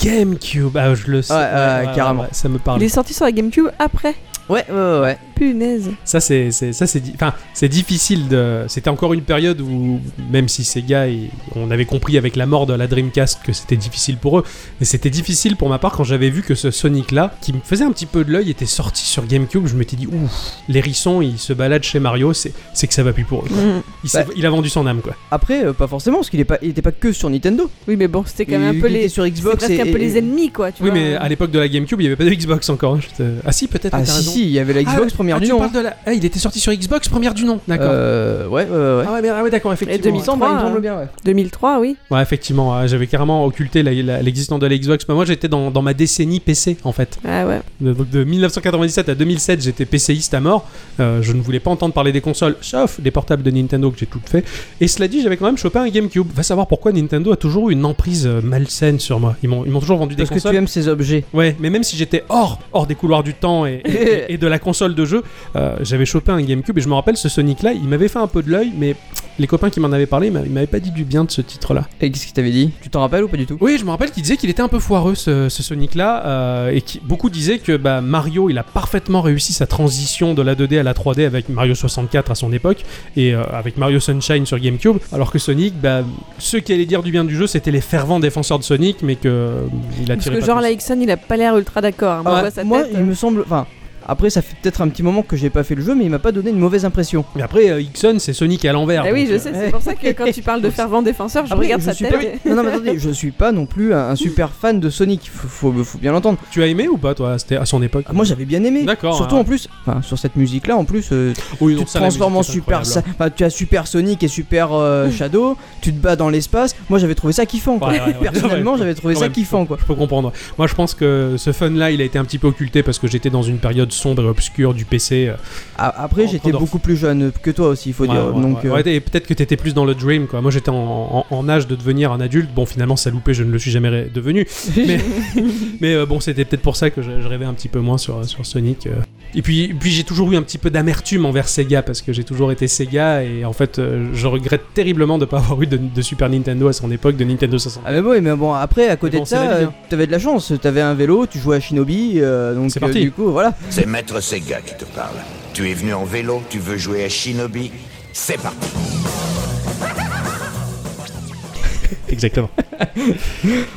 Speaker 2: GameCube. Ah, je le sais.
Speaker 1: Ouais, ouais, carrément.
Speaker 2: ça me parle.
Speaker 1: Ah.
Speaker 3: Il est sorti sur la GameCube après.
Speaker 1: Ouais, ouais, ouais. ouais. [LAUGHS]
Speaker 3: Punaise.
Speaker 2: Ça, c'est, c'est- ça, c'est, di- enfin, c'est difficile de. C'était encore une période où, même si Sega, ils- on avait compris avec la mort de la Dreamcast que c'était difficile pour eux, mais c'était difficile pour ma part quand j'avais vu que ce Sonic-là, qui me faisait un petit peu de l'œil, était sorti sur GameCube. Je m'étais dit, ouf, l'hérisson, il se balade chez Mario, c'est, c'est que ça va plus pour eux. quoi.
Speaker 3: Mm.
Speaker 2: Il, s'est-
Speaker 1: Bah.
Speaker 2: il a vendu son âme, quoi.
Speaker 1: Après, euh, pas forcément, parce qu'il est pas, il était pas que sur Nintendo.
Speaker 3: Oui, mais bon, c'était quand même
Speaker 1: Il
Speaker 3: un peu
Speaker 1: était
Speaker 3: les.
Speaker 1: sur
Speaker 3: C'est
Speaker 1: Xbox.
Speaker 3: presque
Speaker 1: et-
Speaker 3: un peu les
Speaker 1: et-
Speaker 3: ennemis, quoi. Tu
Speaker 2: oui,
Speaker 3: vois.
Speaker 2: mais à l'époque de la GameCube, il n'y avait pas de Xbox encore. hein, je te- Ah, si, peut-être,
Speaker 1: Ah
Speaker 2: t'as
Speaker 1: si,
Speaker 2: raison.
Speaker 1: si, il y avait la
Speaker 2: Ah,
Speaker 1: Xbox première
Speaker 2: ah,
Speaker 1: du
Speaker 2: tu
Speaker 1: nom.
Speaker 2: parles de la- ah, il était sorti sur Xbox première du nom, d'accord.
Speaker 1: Euh, ouais, ouais, ouais.
Speaker 2: Ah ouais, mais- ah ouais, d'accord, effectivement.
Speaker 1: Il me semble, il me
Speaker 3: 2003,
Speaker 2: euh,
Speaker 1: semble bien, ouais.
Speaker 3: 2003, oui.
Speaker 2: Ouais, effectivement, euh, j'avais carrément occulté la- la- l'existence de la Xbox. Mais Moi, j'étais dans, dans ma décennie PC, en fait.
Speaker 3: Ah ouais.
Speaker 2: De- Donc de 1997 à 2007, j'étais PCiste à mort. Euh, je ne voulais pas entendre parler des consoles, sauf des portables de Nintendo que j'ai toutes fait. Et cela dit, j'avais quand même chopé un GameCube. Va savoir pourquoi Nintendo a toujours eu une emprise euh, malsaine sur moi. Ils m'ont ils m'ont toujours vendu des
Speaker 1: Parce que
Speaker 2: consoles.
Speaker 1: tu aimes ces objets.
Speaker 2: Ouais, mais même si j'étais hors, hors des couloirs du temps et,
Speaker 1: [LAUGHS]
Speaker 2: et- et de la console de jeu, euh, j'avais chopé un GameCube et je me rappelle ce Sonic-là, il m'avait fait un peu de l'œil, mais les copains qui m'en avaient parlé, ils m'avaient ils m'avaient pas dit du bien de ce titre-là.
Speaker 1: Et qu'est-ce qu'il t'avait dit Tu t'en rappelles ou pas du tout
Speaker 2: Oui, je me rappelle qu'il disait qu'il était un peu foireux ce, ce Sonic-là, euh, et qui, beaucoup disaient que bah, Mario, il a parfaitement réussi sa transition de la 2D à la 3D avec Mario 64 à son époque, et euh, avec Mario Sunshine sur GameCube, alors que Sonic, bah, ceux qui allaient dire du bien du jeu, c'était les fervents défenseurs de Sonic, mais que euh, il a
Speaker 3: Parce
Speaker 2: tiré
Speaker 3: que
Speaker 2: pas
Speaker 3: genre,
Speaker 2: plus.
Speaker 3: là, Ixon, il a pas l'air ultra d'accord. hein. Moi,
Speaker 1: Ah,
Speaker 3: je vois sa
Speaker 1: moi,
Speaker 3: tête,
Speaker 1: il me semble. Enfin, après, ça fait peut-être un petit moment que j'ai pas fait le jeu, mais il m'a pas donné une mauvaise impression.
Speaker 2: Mais après, euh, Ixon, c'est Sonic à l'envers.
Speaker 3: Ah oui,
Speaker 2: donc,
Speaker 3: je
Speaker 2: euh,
Speaker 3: sais, c'est pour ça que quand tu parles
Speaker 1: [LAUGHS]
Speaker 3: de fervent défenseur, je
Speaker 1: Après,
Speaker 3: regarde
Speaker 1: je
Speaker 3: sa
Speaker 1: suis
Speaker 3: tête.
Speaker 1: pas-
Speaker 3: et-
Speaker 1: Non, non, mais attendez, je suis pas non plus un, un super fan de Sonic, faut, faut- faut bien l'entendre.
Speaker 2: Tu as aimé ou pas, toi, c'était à son époque
Speaker 1: Ah, moi, j'avais bien aimé.
Speaker 2: D'accord,
Speaker 1: Surtout
Speaker 2: hein.
Speaker 1: en plus, enfin, sur cette musique-là, en plus, euh,
Speaker 2: oui,
Speaker 1: tu
Speaker 2: donc
Speaker 1: te
Speaker 2: ça, la
Speaker 1: transformes en
Speaker 2: musique est
Speaker 1: super.
Speaker 2: incroyable. hein.
Speaker 1: Sa- enfin, tu as Super Sonic et Super euh, Shadow, tu te bats dans l'espace. Moi, j'avais trouvé ça kiffant, quoi.
Speaker 2: Ouais, ouais, ouais.
Speaker 1: Personnellement,
Speaker 2: Ouais.
Speaker 1: j'avais trouvé
Speaker 2: Quand
Speaker 1: ça
Speaker 2: même.
Speaker 1: kiffant, quoi.
Speaker 2: Je peux comprendre. Moi, je pense que ce fun-là, il a été un petit peu occulté parce que j'étais dans une période sombre et obscure du PC. euh,
Speaker 1: A- Après,
Speaker 2: En
Speaker 1: j'étais
Speaker 2: train
Speaker 1: beaucoup plus jeune que toi aussi, il faut
Speaker 2: Ouais,
Speaker 1: dire.
Speaker 2: ouais,
Speaker 1: donc,
Speaker 2: ouais.
Speaker 1: euh,
Speaker 2: Ouais, et peut-être que t'étais plus dans le dream, quoi. Moi, j'étais en, en- en âge de devenir un adulte. Bon, finalement, ça loupé, je ne le suis jamais ré-
Speaker 3: [LAUGHS]
Speaker 2: devenu. Mais, mais euh, bon, c'était peut-être pour ça que je, je rêvais un petit peu moins sur, sur Sonic. euh. Et puis, et puis j'ai toujours eu un petit peu d'amertume envers Sega parce que j'ai toujours été Sega et en fait, euh, je regrette terriblement de pas avoir eu de, de Super Nintendo à son époque, de Nintendo 60.
Speaker 1: Ah mais bon, mais bon, après, à côté
Speaker 2: bon,
Speaker 1: de
Speaker 2: c'est
Speaker 1: ça,
Speaker 2: la vie,
Speaker 1: euh,
Speaker 2: hein.
Speaker 1: t'avais de la chance, t'avais un vélo, tu jouais à Shinobi, euh, donc
Speaker 2: C'est
Speaker 1: euh,
Speaker 2: parti.
Speaker 1: du coup, voilà.
Speaker 6: C'est Maître Sega qui te parle. Tu es venu en vélo, tu veux jouer à Shinobi C'est parti
Speaker 2: Exactement.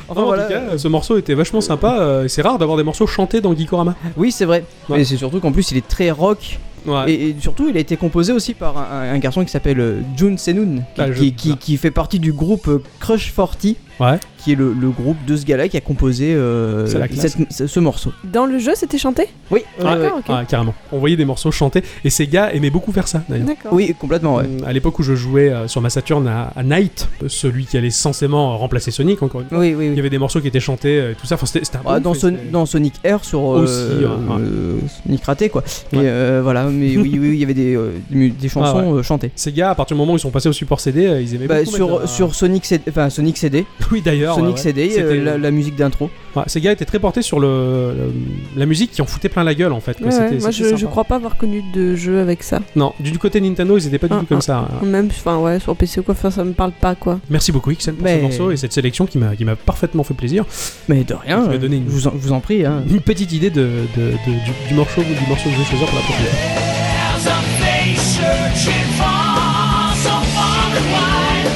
Speaker 1: Enfin, voilà.
Speaker 2: En tout cas, euh, ce morceau était vachement sympa. euh, c'est rare d'avoir des morceaux chantés dans Geekorama.
Speaker 1: Oui, c'est vrai.
Speaker 2: Ouais.
Speaker 1: Et c'est surtout qu'en plus, il est très rock.
Speaker 2: Ouais.
Speaker 1: Et, et surtout, il a été composé aussi par un, un garçon qui s'appelle euh, Jun Senun, qui,
Speaker 2: Ah, je-
Speaker 1: qui, qui- qui fait partie du groupe euh, Crush 40,
Speaker 2: Ouais.
Speaker 1: qui est le, le groupe de ce gars-là qui a composé euh,
Speaker 2: C'est la classe.
Speaker 1: cette- ce, ce morceau. Ah,
Speaker 3: Dans le jeu, c'était chanté
Speaker 1: Oui,
Speaker 2: Ouais,
Speaker 3: Ah, D'accord, ok.
Speaker 2: ouais, carrément. On voyait des morceaux chantés et Sega aimait beaucoup faire ça d'ailleurs.
Speaker 3: D'accord.
Speaker 1: oui, complètement, ouais.
Speaker 2: Hum, À l'époque où je jouais euh, sur ma Saturn à, à Knight, celui qui allait censément remplacer Sonic encore une fois,
Speaker 1: Oui, oui,
Speaker 2: il y
Speaker 1: oui.
Speaker 2: avait des morceaux qui étaient chantés euh, et tout ça. Enfin, c'était c'était un
Speaker 1: Ah,
Speaker 2: bon
Speaker 1: dans,
Speaker 2: fait,
Speaker 1: Son-
Speaker 2: c'était-
Speaker 1: dans Sonic Air sur euh,
Speaker 2: Aussi, ouais, ouais.
Speaker 1: euh, Sonic Raté quoi. Mais
Speaker 2: Ouais.
Speaker 1: euh, voilà, mais oui, oui, oui, il y avait des, euh, des mu- des chansons
Speaker 2: Ah,
Speaker 1: euh, chantées.
Speaker 2: Sega, à partir du moment où ils sont passés au support CD, euh, ils aimaient
Speaker 1: Bah,
Speaker 2: beaucoup
Speaker 1: sur,
Speaker 2: mettre un-
Speaker 1: sur Sonic CD, enfin Sonic CD,
Speaker 2: [LAUGHS] oui d'ailleurs.
Speaker 1: Sonic
Speaker 2: ouais, ouais.
Speaker 1: CD, euh,
Speaker 2: C'était-
Speaker 1: la, la musique d'intro.
Speaker 2: Ouais, Sega était très porté sur le, le- la musique qui en foutait plein la gueule en fait. quoi.
Speaker 3: Ouais,
Speaker 2: C'était-
Speaker 3: ouais, moi,
Speaker 2: c'était
Speaker 3: je,
Speaker 2: sympa.
Speaker 3: je crois pas avoir connu de jeu avec ça.
Speaker 2: Non, du du côté Nintendo, ils étaient pas du
Speaker 3: Ah,
Speaker 2: tout comme
Speaker 3: ah.
Speaker 2: ça. hein.
Speaker 3: Même, enfin, ouais, sur PC ou quoi, enfin, ça me parle pas, quoi.
Speaker 2: Merci beaucoup Ixon pour
Speaker 1: Mais-
Speaker 2: ce morceau et cette sélection qui m'a qui m'a parfaitement fait plaisir.
Speaker 1: Mais de rien,
Speaker 2: Tu m'as
Speaker 1: euh,
Speaker 2: donné une-
Speaker 1: je, vous en, je vous en prie. hein.
Speaker 2: [LAUGHS] Une petite idée de, de- de- du, du morceau du morceau que je vais choisir pour la prochaine.
Speaker 5: There's a place searching for so far and wide.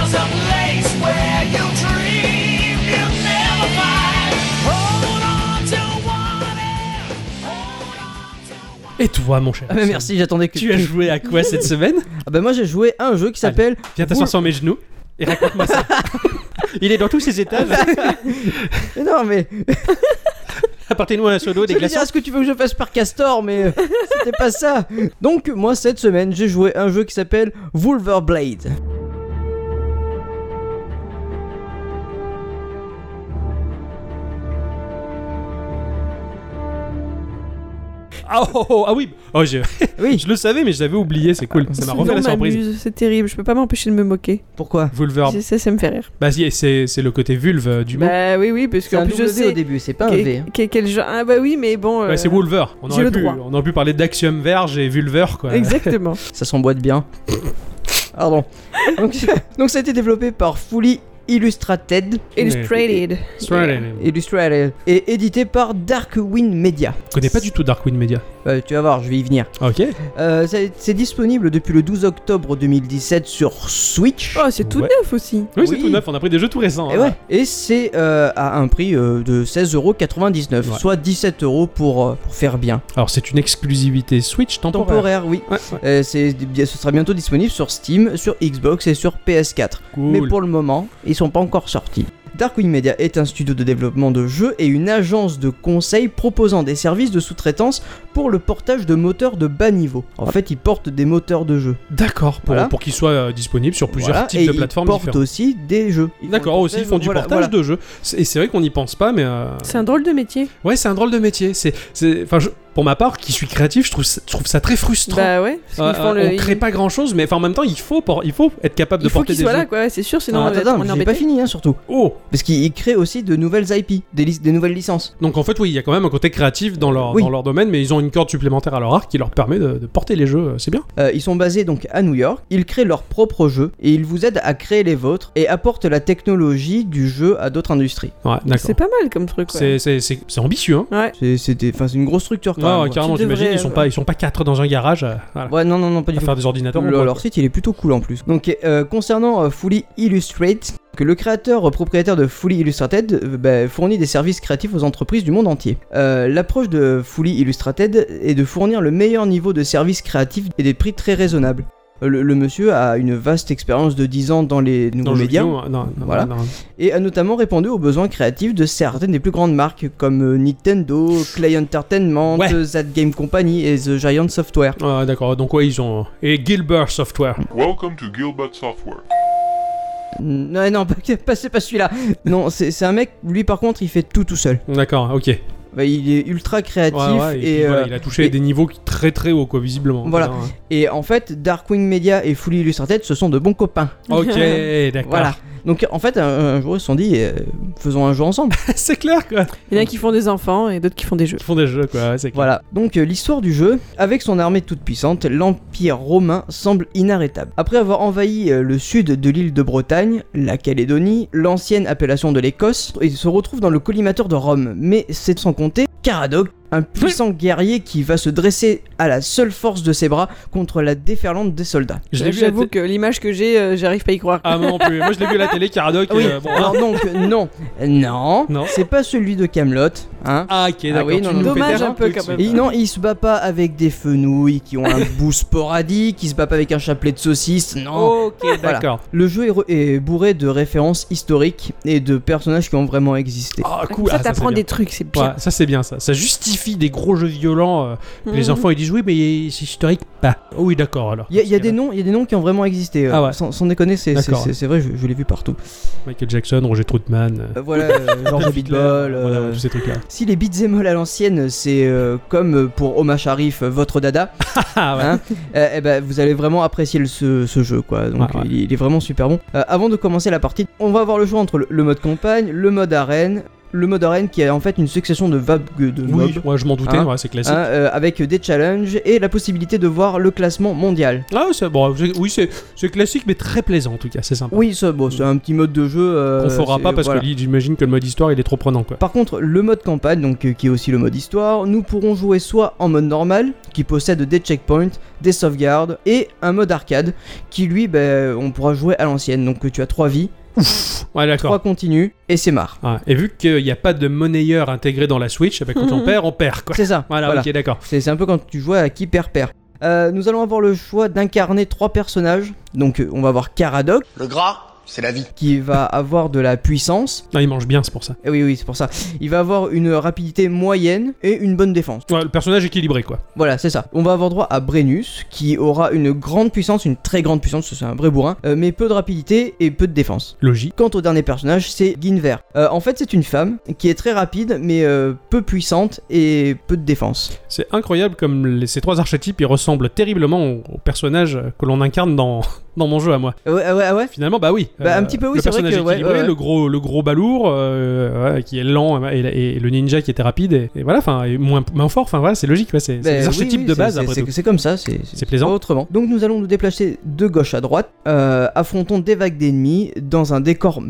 Speaker 5: There's a place where you dream you never find. Hold on to what if. Hold on to
Speaker 2: Et toi mon cher
Speaker 1: Ah, mais
Speaker 2: Ixon,
Speaker 1: merci, j'attendais que
Speaker 2: Tu as joué à quoi cette semaine
Speaker 1: Ah bah moi j'ai joué à un jeu qui s'appelle
Speaker 2: Viens t'asseoir sur mes genoux et raconte-moi ça. [LAUGHS] Il est dans tous ses étages. [LAUGHS]
Speaker 1: Mais Non mais
Speaker 2: Apportez-nous un solo, des
Speaker 1: je veux dire,
Speaker 2: glaçons.
Speaker 1: est-ce que tu veux que je fasse par Castor mais euh, c'était pas ça. Donc moi cette semaine, j'ai joué à un jeu qui s'appelle Wolverblade.
Speaker 2: Ah, oh, oh, ah oui oh, je...
Speaker 1: Oui.
Speaker 2: je le savais, mais je l'avais oublié, c'est cool. Ça m'a
Speaker 3: Souvent,
Speaker 2: refait la surprise.
Speaker 3: m'amuse, C'est terrible, je peux pas m'empêcher de me moquer.
Speaker 1: Pourquoi
Speaker 2: Vulver.
Speaker 3: Je sais, ça me fait rire.
Speaker 2: Bah, si, c'est c'est le côté vulve euh, du mot.
Speaker 3: Bah oui, oui, parce
Speaker 1: Parce qu'en
Speaker 3: qu'en
Speaker 1: plus
Speaker 3: plus, je
Speaker 1: au
Speaker 3: sais.
Speaker 1: début, c'est pas un
Speaker 3: qu'est-
Speaker 1: V. hein.
Speaker 3: qu'est- Quel genre. Ah bah oui, mais bon. euh,
Speaker 2: Ouais, c'est Wolver. On
Speaker 3: j'ai
Speaker 2: aurait,
Speaker 3: le
Speaker 2: pu,
Speaker 3: droit.
Speaker 2: on aurait pu parler d'Axiom Verge et Vulver, quoi. [LAUGHS]
Speaker 3: Exactement.
Speaker 1: [LAUGHS] Ça s'emboîte bien. Pardon. Donc, donc ça a été développé par Fully Illustrated,
Speaker 3: Illustrated.
Speaker 2: Australian.
Speaker 1: Illustrated et édité par Darkwind Media.
Speaker 2: Je connais pas du tout Darkwind Media.
Speaker 1: Euh, tu vas voir, je vais y venir.
Speaker 2: Ok.
Speaker 1: Euh, c'est c'est disponible depuis le 12 octobre 2017 sur Switch.
Speaker 3: Oh, c'est tout
Speaker 2: Ouais.
Speaker 3: neuf aussi.
Speaker 2: Oui, c'est
Speaker 1: Oui.
Speaker 2: tout neuf, on a pris des jeux tout récents.
Speaker 1: Et,
Speaker 2: hein.
Speaker 1: Eh ouais. et c'est euh, à un prix euh, de 16,99€,
Speaker 2: Ouais.
Speaker 1: soit 17€ pour, euh, pour faire bien.
Speaker 2: Alors c'est une exclusivité Switch temporaire.
Speaker 1: Temporaire, oui.
Speaker 2: Ouais, ouais.
Speaker 1: Euh, c'est- bien- ce sera bientôt disponible sur Steam, sur Xbox et sur PS4.
Speaker 2: Cool.
Speaker 1: Mais pour le moment, ils sont pas encore sortis. Darkwing Media est un studio de développement de jeux et une agence de conseil proposant des services de sous-traitance pour le portage de moteurs de bas niveau. En fait, ils portent des moteurs de jeux.
Speaker 2: D'accord, pour,
Speaker 1: Voilà.
Speaker 2: pour qu'ils soient euh, disponibles sur plusieurs
Speaker 1: Voilà,
Speaker 2: types
Speaker 1: et
Speaker 2: de plateformes
Speaker 1: Ils portent
Speaker 2: différentes.
Speaker 1: aussi des jeux. Ils font
Speaker 2: D'accord,
Speaker 1: le
Speaker 2: aussi ils font du
Speaker 1: voilà,
Speaker 2: portage
Speaker 1: voilà.
Speaker 2: de jeux. C'est- Et c'est vrai qu'on n'y pense pas, mais euh,
Speaker 3: C'est un drôle de métier.
Speaker 2: ouais, c'est un drôle de métier. C'est, c'est- enfin, je- pour ma part, qui suis créatif, je trouve, ça- je trouve ça très frustrant.
Speaker 3: Bah ouais. Parce qu'ils
Speaker 2: Euh,
Speaker 3: font
Speaker 2: euh,
Speaker 3: le.
Speaker 2: on crée
Speaker 3: ils-
Speaker 2: pas grand chose, mais enfin, en même temps, il faut, por- il faut être capable
Speaker 3: il
Speaker 2: de
Speaker 3: faut
Speaker 2: porter
Speaker 3: qu'ils
Speaker 2: des
Speaker 3: soient
Speaker 2: jeux.
Speaker 3: là, quoi. ouais, C'est sûr, sinon
Speaker 1: Ah,
Speaker 3: on va
Speaker 1: attends,
Speaker 3: être- on est
Speaker 1: attends, j'ai pas
Speaker 3: embêté.
Speaker 1: fini hein, surtout.
Speaker 2: Oh,
Speaker 1: Parce qu'ils créent aussi de nouvelles IP, des, lis- des nouvelles licences.
Speaker 2: donc en fait, oui, il y a quand même un côté créatif dans leur,
Speaker 1: Oui.
Speaker 2: dans leur domaine, mais ils ont une corde supplémentaire à leur arc qui leur permet de, de porter les jeux. euh, C'est bien.
Speaker 1: Euh, ils sont basés donc à New York, ils créent leurs propres jeux et ils vous aident à créer les vôtres et apportent la technologie du jeu à d'autres industries.
Speaker 2: Ouais, d'accord.
Speaker 3: C'est pas mal comme truc. ouais.
Speaker 2: C'est, c'est- c'est- c'est ambitieux, hein.
Speaker 3: Ouais.
Speaker 1: C'est c'est des- enfin, c'est une grosse structure quand même.
Speaker 2: Ouais, ouais,
Speaker 1: quoi.
Speaker 2: carrément,
Speaker 3: Tu devrais, euh,
Speaker 2: t'imagines, ils sont
Speaker 3: ouais.
Speaker 2: pas, ils sont pas quatre dans un garage euh, voilà,
Speaker 1: Ouais, non, non, non, pas du
Speaker 2: à
Speaker 1: tout.
Speaker 2: faire des ordinateurs.
Speaker 1: Le-
Speaker 2: on voit,
Speaker 1: leur site il est plutôt cool en plus. Donc euh, concernant euh, Fully Illustrate, que le créateur euh, propriétaire de Fully Illustrated euh, bah, fournit des services créatifs aux entreprises du monde entier. Euh, L'approche de Fully Illustrated est de fournir le meilleur niveau de services créatifs et des prix très raisonnables. Euh, Le, le monsieur a une vaste expérience de 10 ans dans les nouveaux
Speaker 2: dans le jeu
Speaker 1: médias
Speaker 2: vidéo, hein, non, non,
Speaker 1: Voilà.
Speaker 2: non, non.
Speaker 1: et a notamment répondu aux besoins créatifs de certaines des plus grandes marques comme euh, Nintendo, Clay Entertainment,
Speaker 2: Ouais.
Speaker 1: euh, That Game Company et The Giant Software.
Speaker 2: Ah, d'accord, donc ouais, ils ont. Et Gilbert Software.
Speaker 7: Welcome to Gilbert Software.
Speaker 1: Non, non, pas, pas- c'est pas celui-là. Non, c'est c'est un mec, lui par contre, il fait tout tout seul.
Speaker 2: D'accord, ok. Ouais,
Speaker 1: Bah, il est ultra créatif
Speaker 2: ouais, et puis,
Speaker 1: et,
Speaker 2: voilà,
Speaker 1: euh,
Speaker 2: il a touché
Speaker 1: et-
Speaker 2: des niveaux qui- très très hauts, quoi, visiblement.
Speaker 1: Voilà.
Speaker 2: Hein.
Speaker 1: et en fait, Darkwing Media et Fully Illustrated, ce sont de bons copains. [LAUGHS]
Speaker 2: Ok, d'accord.
Speaker 1: Voilà. Donc en fait, un, un jour, ils se sont dit, euh, faisons un jeu ensemble.
Speaker 2: [LAUGHS] c'est clair, quoi.
Speaker 3: Il y en a qui font des enfants et d'autres qui font des jeux.
Speaker 2: Ils font des jeux, quoi, ouais, c'est clair.
Speaker 1: voilà. Donc euh, l'histoire du jeu, avec son armée toute puissante, l'Empire romain semble inarrêtable. Après avoir envahi euh, le sud de l'île de Bretagne, la Calédonie, l'ancienne appellation de l'Écosse, il se retrouve dans le collimateur de Rome. Mais c'est sans compter Caradoc, un puissant guerrier qui va se dresser à la seule force de ses bras contre la déferlante des soldats.
Speaker 2: Je l'ai vu à la
Speaker 3: J'avoue
Speaker 2: té-
Speaker 3: que l'image que j'ai, euh, j'arrive pas à y croire.
Speaker 2: Ah, moi non plus. Moi, je l'ai vu à la télé, Caradoc.
Speaker 1: Ah Oui,
Speaker 2: euh, bon, hein.
Speaker 1: [LAUGHS] alors donc, non, non,
Speaker 2: Non.
Speaker 1: c'est pas celui de Camelot, hein.
Speaker 2: Ah, ok, d'accord.
Speaker 1: oui,
Speaker 2: tu
Speaker 1: non,
Speaker 2: nous
Speaker 1: non.
Speaker 2: fais
Speaker 3: Dommage
Speaker 2: taire
Speaker 3: un peu,
Speaker 2: truc,
Speaker 3: quand
Speaker 2: c'est-
Speaker 1: Et non, il se bat pas avec des fenouilles qui ont un bout sporadique, il se bat pas avec un chapelet de saucisse, non.
Speaker 2: Ok,
Speaker 1: Voilà.
Speaker 2: Ah, d'accord.
Speaker 1: Le jeu est re- est, bourré de références historiques et de personnages qui ont vraiment existé.
Speaker 2: Ah,
Speaker 3: Comme
Speaker 2: cool.
Speaker 3: ça,
Speaker 2: ah,
Speaker 3: t'apprends
Speaker 2: c'est
Speaker 3: des
Speaker 2: bien.
Speaker 3: trucs, c'est bien.
Speaker 2: Ouais, ça c'est bien ça. Ça justifie des gros jeux violents. euh, Les
Speaker 3: Mhm.
Speaker 2: enfants ils disent oui mais c'est historique pas. Oh, oui d'accord alors.
Speaker 1: Il y a, il y a des noms, il y a des noms qui ont vraiment existé. euh,
Speaker 2: Ah ouais.
Speaker 1: sans, sans déconner, c'est c'est-
Speaker 2: D'accord.
Speaker 1: c'est- c'est vrai, je, je l'ai vu partout.
Speaker 2: Michael Jackson, Roger Troutman. euh,
Speaker 1: Euh, [LAUGHS] voilà, euh, George
Speaker 2: Hitler,
Speaker 1: Beatball.
Speaker 2: voilà,
Speaker 1: euh,
Speaker 2: ouais, tous ces trucs là.
Speaker 1: Si les beats all à l'ancienne, c'est euh, comme euh, pour Oma Sharif, euh, votre dada,
Speaker 2: Ah ouais.
Speaker 1: hein, euh, eh ben, vous allez vraiment apprécier le- ce, ce jeu, quoi. Donc
Speaker 2: Ah, Ouais, ouais.
Speaker 1: Il, il est vraiment super bon. Euh, avant de commencer la partie, on va avoir le choix entre le, le mode campagne, le mode arène, le mode arène qui est en fait une succession de vagues de mobs.
Speaker 2: Oui, ouais, je m'en doutais,
Speaker 1: Hein.
Speaker 2: ouais, c'est classique.
Speaker 1: hein, euh, avec des challenges et la possibilité de voir le classement mondial.
Speaker 2: Ah, c'est bon, c'est- oui, c'est c'est classique, mais très plaisant en tout cas, c'est sympa.
Speaker 1: Oui, ça, bon, c'est un petit mode de jeu. euh,
Speaker 2: On fera
Speaker 1: c'est-
Speaker 2: pas parce
Speaker 1: voilà.
Speaker 2: que j'imagine que le mode histoire il est trop prenant quoi.
Speaker 1: Par contre, le mode campagne, donc euh, qui est aussi le mode histoire, nous pourrons jouer soit en mode normal, qui possède des checkpoints, des sauvegardes, et un mode arcade, qui lui, ben, on pourra jouer à l'ancienne. Donc euh, tu as 3 vies,
Speaker 2: Ouais,
Speaker 1: 3
Speaker 2: d'accord.
Speaker 1: continues, et c'est marre.
Speaker 2: Ouais. Et vu qu'il n'y a pas de monnayeur intégré dans la Switch, eh ben,
Speaker 1: [LAUGHS]
Speaker 2: quand on
Speaker 3: Mhm.
Speaker 2: perd, on perd quoi.
Speaker 1: C'est ça.
Speaker 2: Voilà, ok, d'accord.
Speaker 1: C'est c'est un peu quand tu joues à qui perd perd. Euh, nous allons avoir le choix d'incarner trois personnages. Donc euh, on va avoir Caradoc
Speaker 6: Le gras, c'est la vie.
Speaker 1: qui va [LAUGHS] avoir de la puissance.
Speaker 2: Non, il mange bien, c'est pour ça.
Speaker 1: Eh oui oui c'est pour ça. Il va avoir une rapidité moyenne et une bonne défense.
Speaker 2: Ouais, le personnage équilibré quoi.
Speaker 1: Voilà, c'est ça. On va avoir droit à Brennus, qui aura une grande puissance, une très grande puissance, c'est un vrai bourrin, euh, mais peu de rapidité et peu de défense.
Speaker 2: Logique.
Speaker 1: Quant au dernier personnage, c'est Ginver. Euh, en fait, c'est une femme qui est très rapide, mais euh, peu puissante et peu de défense.
Speaker 2: C'est incroyable comme les- ces trois archétypes ils ressemblent terriblement au, au personnage que l'on incarne dans, [LAUGHS] dans mon jeu à moi.
Speaker 1: Ah ouais, ah ouais, ah ouais
Speaker 2: Finalement, bah oui,
Speaker 1: Bah, un petit peu, oui,
Speaker 2: le
Speaker 1: c'est vrai
Speaker 2: personnage
Speaker 1: que, ouais,
Speaker 2: équilibré,
Speaker 1: ouais, ouais.
Speaker 2: le gros, le gros balourd euh, ouais, qui est lent et, et le ninja qui était rapide et, et voilà, enfin, et moins, moins fort. Enfin voilà, c'est logique, ouais, c'est c'est
Speaker 1: Ben,
Speaker 2: des
Speaker 1: oui,
Speaker 2: archétypes
Speaker 1: oui,
Speaker 2: de
Speaker 1: c'est-
Speaker 2: base
Speaker 1: c'est-
Speaker 2: après
Speaker 1: c'est-
Speaker 2: tout.
Speaker 1: C'est comme ça, c'est
Speaker 2: C'est plaisant.
Speaker 1: pas Autrement. Donc nous allons nous déplacer de gauche à droite, euh, affrontons des vagues d'ennemis dans un décor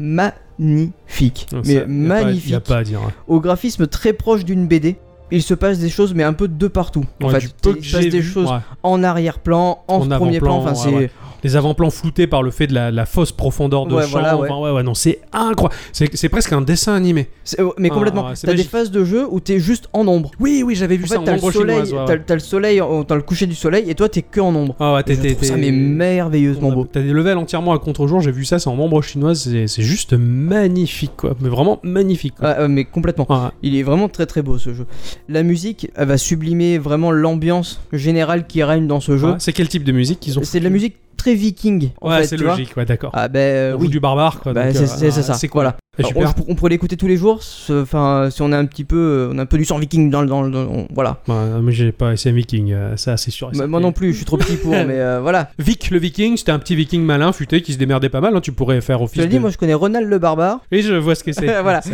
Speaker 1: magnifique.
Speaker 2: Non,
Speaker 1: mais
Speaker 2: ça, y a pas-
Speaker 1: magnifique.
Speaker 2: y a pas à dire. hein.
Speaker 1: Au graphisme très proche d'une BD. Il se passe des choses, mais un peu de partout. En
Speaker 2: Ouais,
Speaker 1: fait,
Speaker 2: du peu
Speaker 1: il
Speaker 2: que
Speaker 1: se passe
Speaker 2: j'ai
Speaker 1: des
Speaker 2: vu,
Speaker 1: choses
Speaker 2: ouais.
Speaker 1: en arrière-plan, en,
Speaker 2: En
Speaker 1: premier plan.
Speaker 2: avant-plan,
Speaker 1: Enfin, c'est
Speaker 2: ouais, ouais. Les avant-plans floutés par le fait de la, la fausse profondeur de
Speaker 1: Ouais,
Speaker 2: champ.
Speaker 1: voilà, ouais.
Speaker 2: Enfin, ouais, ouais, non, c'est incroyable. C'est c'est presque un dessin animé.
Speaker 1: c'est- oh, mais
Speaker 2: Ah,
Speaker 1: complètement.
Speaker 2: ouais, c'est
Speaker 1: T'as des
Speaker 2: magique.
Speaker 1: phases de jeu où t'es juste en ombre.
Speaker 2: Oui, oui, j'avais vu
Speaker 1: En
Speaker 2: ça
Speaker 1: fait,
Speaker 2: en
Speaker 1: t'as le
Speaker 2: ombre
Speaker 1: soleil,
Speaker 2: chinoise. ouais, ouais.
Speaker 1: t'as t'as le soleil, en- t'as le coucher du soleil, et toi t'es que en ombre.
Speaker 2: Ah ouais, t'es-
Speaker 1: Je
Speaker 2: t'es-
Speaker 1: trouve ça
Speaker 2: t'es-
Speaker 1: mais merveilleusement beau.
Speaker 2: T'as des levels entièrement à contre-jour, j'ai vu ça, c'est en ombre chinoise, c'est c'est juste magnifique quoi, mais vraiment magnifique. quoi.
Speaker 1: Ah, euh, mais complètement.
Speaker 2: Ah,
Speaker 1: Il est vraiment très très beau ce jeu. La musique, elle va sublimer vraiment l'ambiance générale qui règne dans ce jeu.
Speaker 2: ouais, c'est quel type de musique qu'ils ont
Speaker 1: c'est de la musique très viking. En
Speaker 2: Ouais,
Speaker 1: fait,
Speaker 2: c'est
Speaker 1: tu vois.
Speaker 2: logique, ouais, d'accord.
Speaker 1: Ah ben euh,
Speaker 2: Ou
Speaker 1: oui.
Speaker 2: du barbare quoi.
Speaker 1: Bah,
Speaker 2: donc,
Speaker 1: c'est
Speaker 2: euh,
Speaker 1: c'est- Bah, c'est
Speaker 2: ah,
Speaker 1: ça.
Speaker 2: C'est cool.
Speaker 1: Voilà.
Speaker 2: Et
Speaker 1: Alors,
Speaker 2: super.
Speaker 1: on, on pourrait l'écouter tous les jours. ce- Enfin, si on a un petit peu, euh, on a un peu du sang viking dans le, dans le- dans le- voilà.
Speaker 2: Ouais, mais j'ai pas essayé Viking, euh, ça c'est sûr. et
Speaker 1: Moi
Speaker 2: certain.
Speaker 1: Bah, moi non plus, je suis trop petit
Speaker 2: [LAUGHS]
Speaker 1: pour. mais euh, voilà.
Speaker 2: Vic le Viking, c'était un petit Viking malin, futé, qui se démerdait pas mal. hein, Tu pourrais faire
Speaker 1: Je te
Speaker 2: office.
Speaker 1: l'ai dit,
Speaker 2: de-
Speaker 1: moi je connais Ronald le barbare.
Speaker 2: Oui, je vois ce que c'est.
Speaker 1: [LAUGHS] Voilà.
Speaker 2: Ça,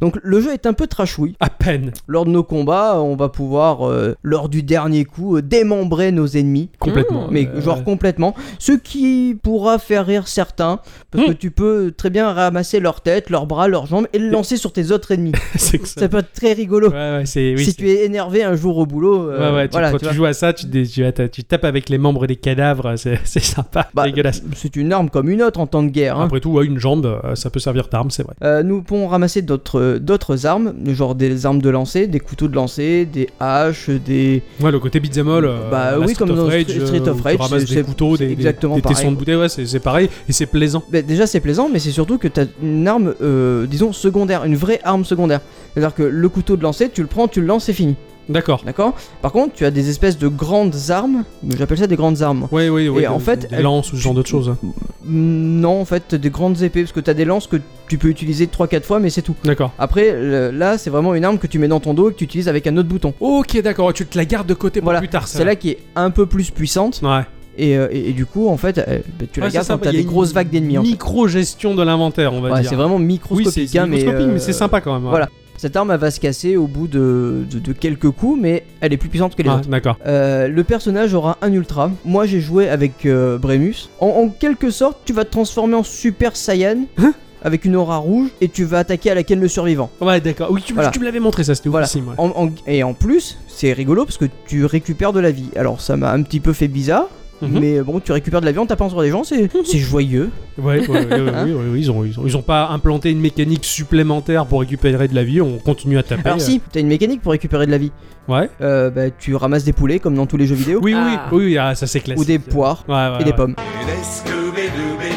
Speaker 1: Donc le jeu est un peu trashouille.
Speaker 2: À peine,
Speaker 1: Lors de nos combats, on va pouvoir, euh, lors du dernier coup, euh, démembrer nos ennemis.
Speaker 2: complètement.
Speaker 1: [LAUGHS] mais
Speaker 2: Euh,
Speaker 1: genre complètement. Ce qui pourra faire rire certains, parce
Speaker 2: Hmm.
Speaker 1: que tu peux très bien ramasser leur tête, leurs bras, leurs jambes et le lancer sur tes autres
Speaker 2: [LAUGHS]
Speaker 1: ennemis.
Speaker 2: [LAUGHS] c'est que ça.
Speaker 1: Ça peut être très rigolo.
Speaker 2: Ouais, ouais, c'est. oui,
Speaker 1: si
Speaker 2: c'est-
Speaker 1: tu es énervé un jour au boulot, euh,
Speaker 2: ouais, ouais, tu,
Speaker 1: voilà,
Speaker 2: quand
Speaker 1: tu
Speaker 2: tu,
Speaker 1: vois.
Speaker 2: joues à ça, tu, dé- tu, ouais, t'as- tu tapes avec les membres des cadavres, c'est [LAUGHS] c'est sympa,
Speaker 1: Bah,
Speaker 2: dégueulasse.
Speaker 1: c'est une arme comme une autre en temps de guerre. hein.
Speaker 2: Après tout, ouais, une jambe, euh, ça peut servir d'arme, c'est vrai.
Speaker 1: Euh, nous pouvons ramasser d'autres d'autres armes, genre des armes de lancer, des couteaux de lancer, des haches, des.
Speaker 2: Ouais, le côté beat'em all, euh,
Speaker 1: Bah
Speaker 2: la
Speaker 1: oui,
Speaker 2: Street
Speaker 1: comme
Speaker 2: of
Speaker 1: dans
Speaker 2: Rage,
Speaker 1: Street- Street
Speaker 2: euh,
Speaker 1: of
Speaker 2: où
Speaker 1: Rage,
Speaker 2: tu ramasses
Speaker 1: c'est-
Speaker 2: des couteaux,
Speaker 1: c'est
Speaker 2: des, des-
Speaker 1: exactement
Speaker 2: des
Speaker 1: pareil.
Speaker 2: tessons de bouteille, ouais, c'est c'est pareil, et c'est plaisant.
Speaker 1: Bah, déjà c'est plaisant, mais c'est surtout que t'as une arme, euh, disons secondaire, une vraie arme secondaire. C'est-à-dire que le couteau de lancer, tu le prends, tu le lances, c'est fini.
Speaker 2: D'accord.
Speaker 1: D'accord Par contre, tu as des espèces de grandes armes. J'appelle ça des grandes armes.
Speaker 2: Ouais, ouais, ouais.
Speaker 1: Et en
Speaker 2: des-
Speaker 1: fait,
Speaker 2: des
Speaker 1: elle-
Speaker 2: lances ou ce genre d'autres choses. hein.
Speaker 1: Mm, Non, en fait, des grandes épées. Parce que tu as des lances que tu peux utiliser 3-4 fois, mais c'est tout.
Speaker 2: D'accord.
Speaker 1: Après, le- là, c'est vraiment une arme que tu mets dans ton dos et que tu utilises avec un autre bouton.
Speaker 2: Ok, d'accord, tu te la gardes de côté pour
Speaker 1: Voilà,
Speaker 2: plus tard,
Speaker 1: Celle-là qui est un peu plus puissante.
Speaker 2: Ouais.
Speaker 1: Et, euh, et- et du coup, en fait, euh, bah, tu la
Speaker 2: Ouais,
Speaker 1: gardes
Speaker 2: c'est
Speaker 1: quand
Speaker 2: sympa,
Speaker 1: t'as
Speaker 2: il y a
Speaker 1: des
Speaker 2: une
Speaker 1: grosses vagues d'ennemis. en fait.
Speaker 2: Micro-gestion de l'inventaire, on va
Speaker 1: Ouais,
Speaker 2: dire.
Speaker 1: c'est vraiment
Speaker 2: Oui,
Speaker 1: microscopique.
Speaker 2: c'est c'est
Speaker 1: hein, mais,
Speaker 2: microscopique, mais,
Speaker 1: euh,
Speaker 2: c'est sympa quand même. hein. ouais.
Speaker 1: voilà. Cette arme, elle va se casser au bout de, de- de quelques coups, mais elle est plus puissante que les
Speaker 2: Ah,
Speaker 1: autres.
Speaker 2: d'accord.
Speaker 1: Euh, le personnage aura un ultra. Moi j'ai joué avec euh, Bremus. En, en quelque sorte, tu vas te transformer en Super Saiyan
Speaker 2: Hein
Speaker 1: avec une aura rouge et tu vas attaquer à laquelle le survivant.
Speaker 2: Ouais, d'accord. Oui, tu,
Speaker 1: Voilà.
Speaker 2: tu me l'avais montré, ça, c'était
Speaker 1: Voilà.
Speaker 2: oufissime, ouais.
Speaker 1: En- en- et en plus, c'est rigolo parce que tu récupères de la vie. Alors ça m'a un petit peu fait bizarre.
Speaker 2: Mhm.
Speaker 1: Mais bon, tu récupères de la vie en tapant sur des gens, c'est
Speaker 2: [LAUGHS]
Speaker 1: c'est joyeux.
Speaker 2: Ouais, ouais, ouais,
Speaker 1: [LAUGHS]
Speaker 2: ouais, ouais, ouais, ouais, ils, ont, ils, ont, ils ont pas implanté une mécanique supplémentaire pour récupérer de la vie, on continue à taper.
Speaker 1: Alors si, t'as une mécanique pour récupérer de la vie.
Speaker 2: Ouais.
Speaker 1: Euh, bah, tu ramasses des poulets comme dans tous les jeux vidéo,
Speaker 2: Oui,
Speaker 3: Ah.
Speaker 2: oui, oui, oui, ah, ça c'est classique.
Speaker 1: ou des poires
Speaker 2: Ouais, ouais,
Speaker 1: et des
Speaker 2: ouais.
Speaker 1: pommes.
Speaker 5: E.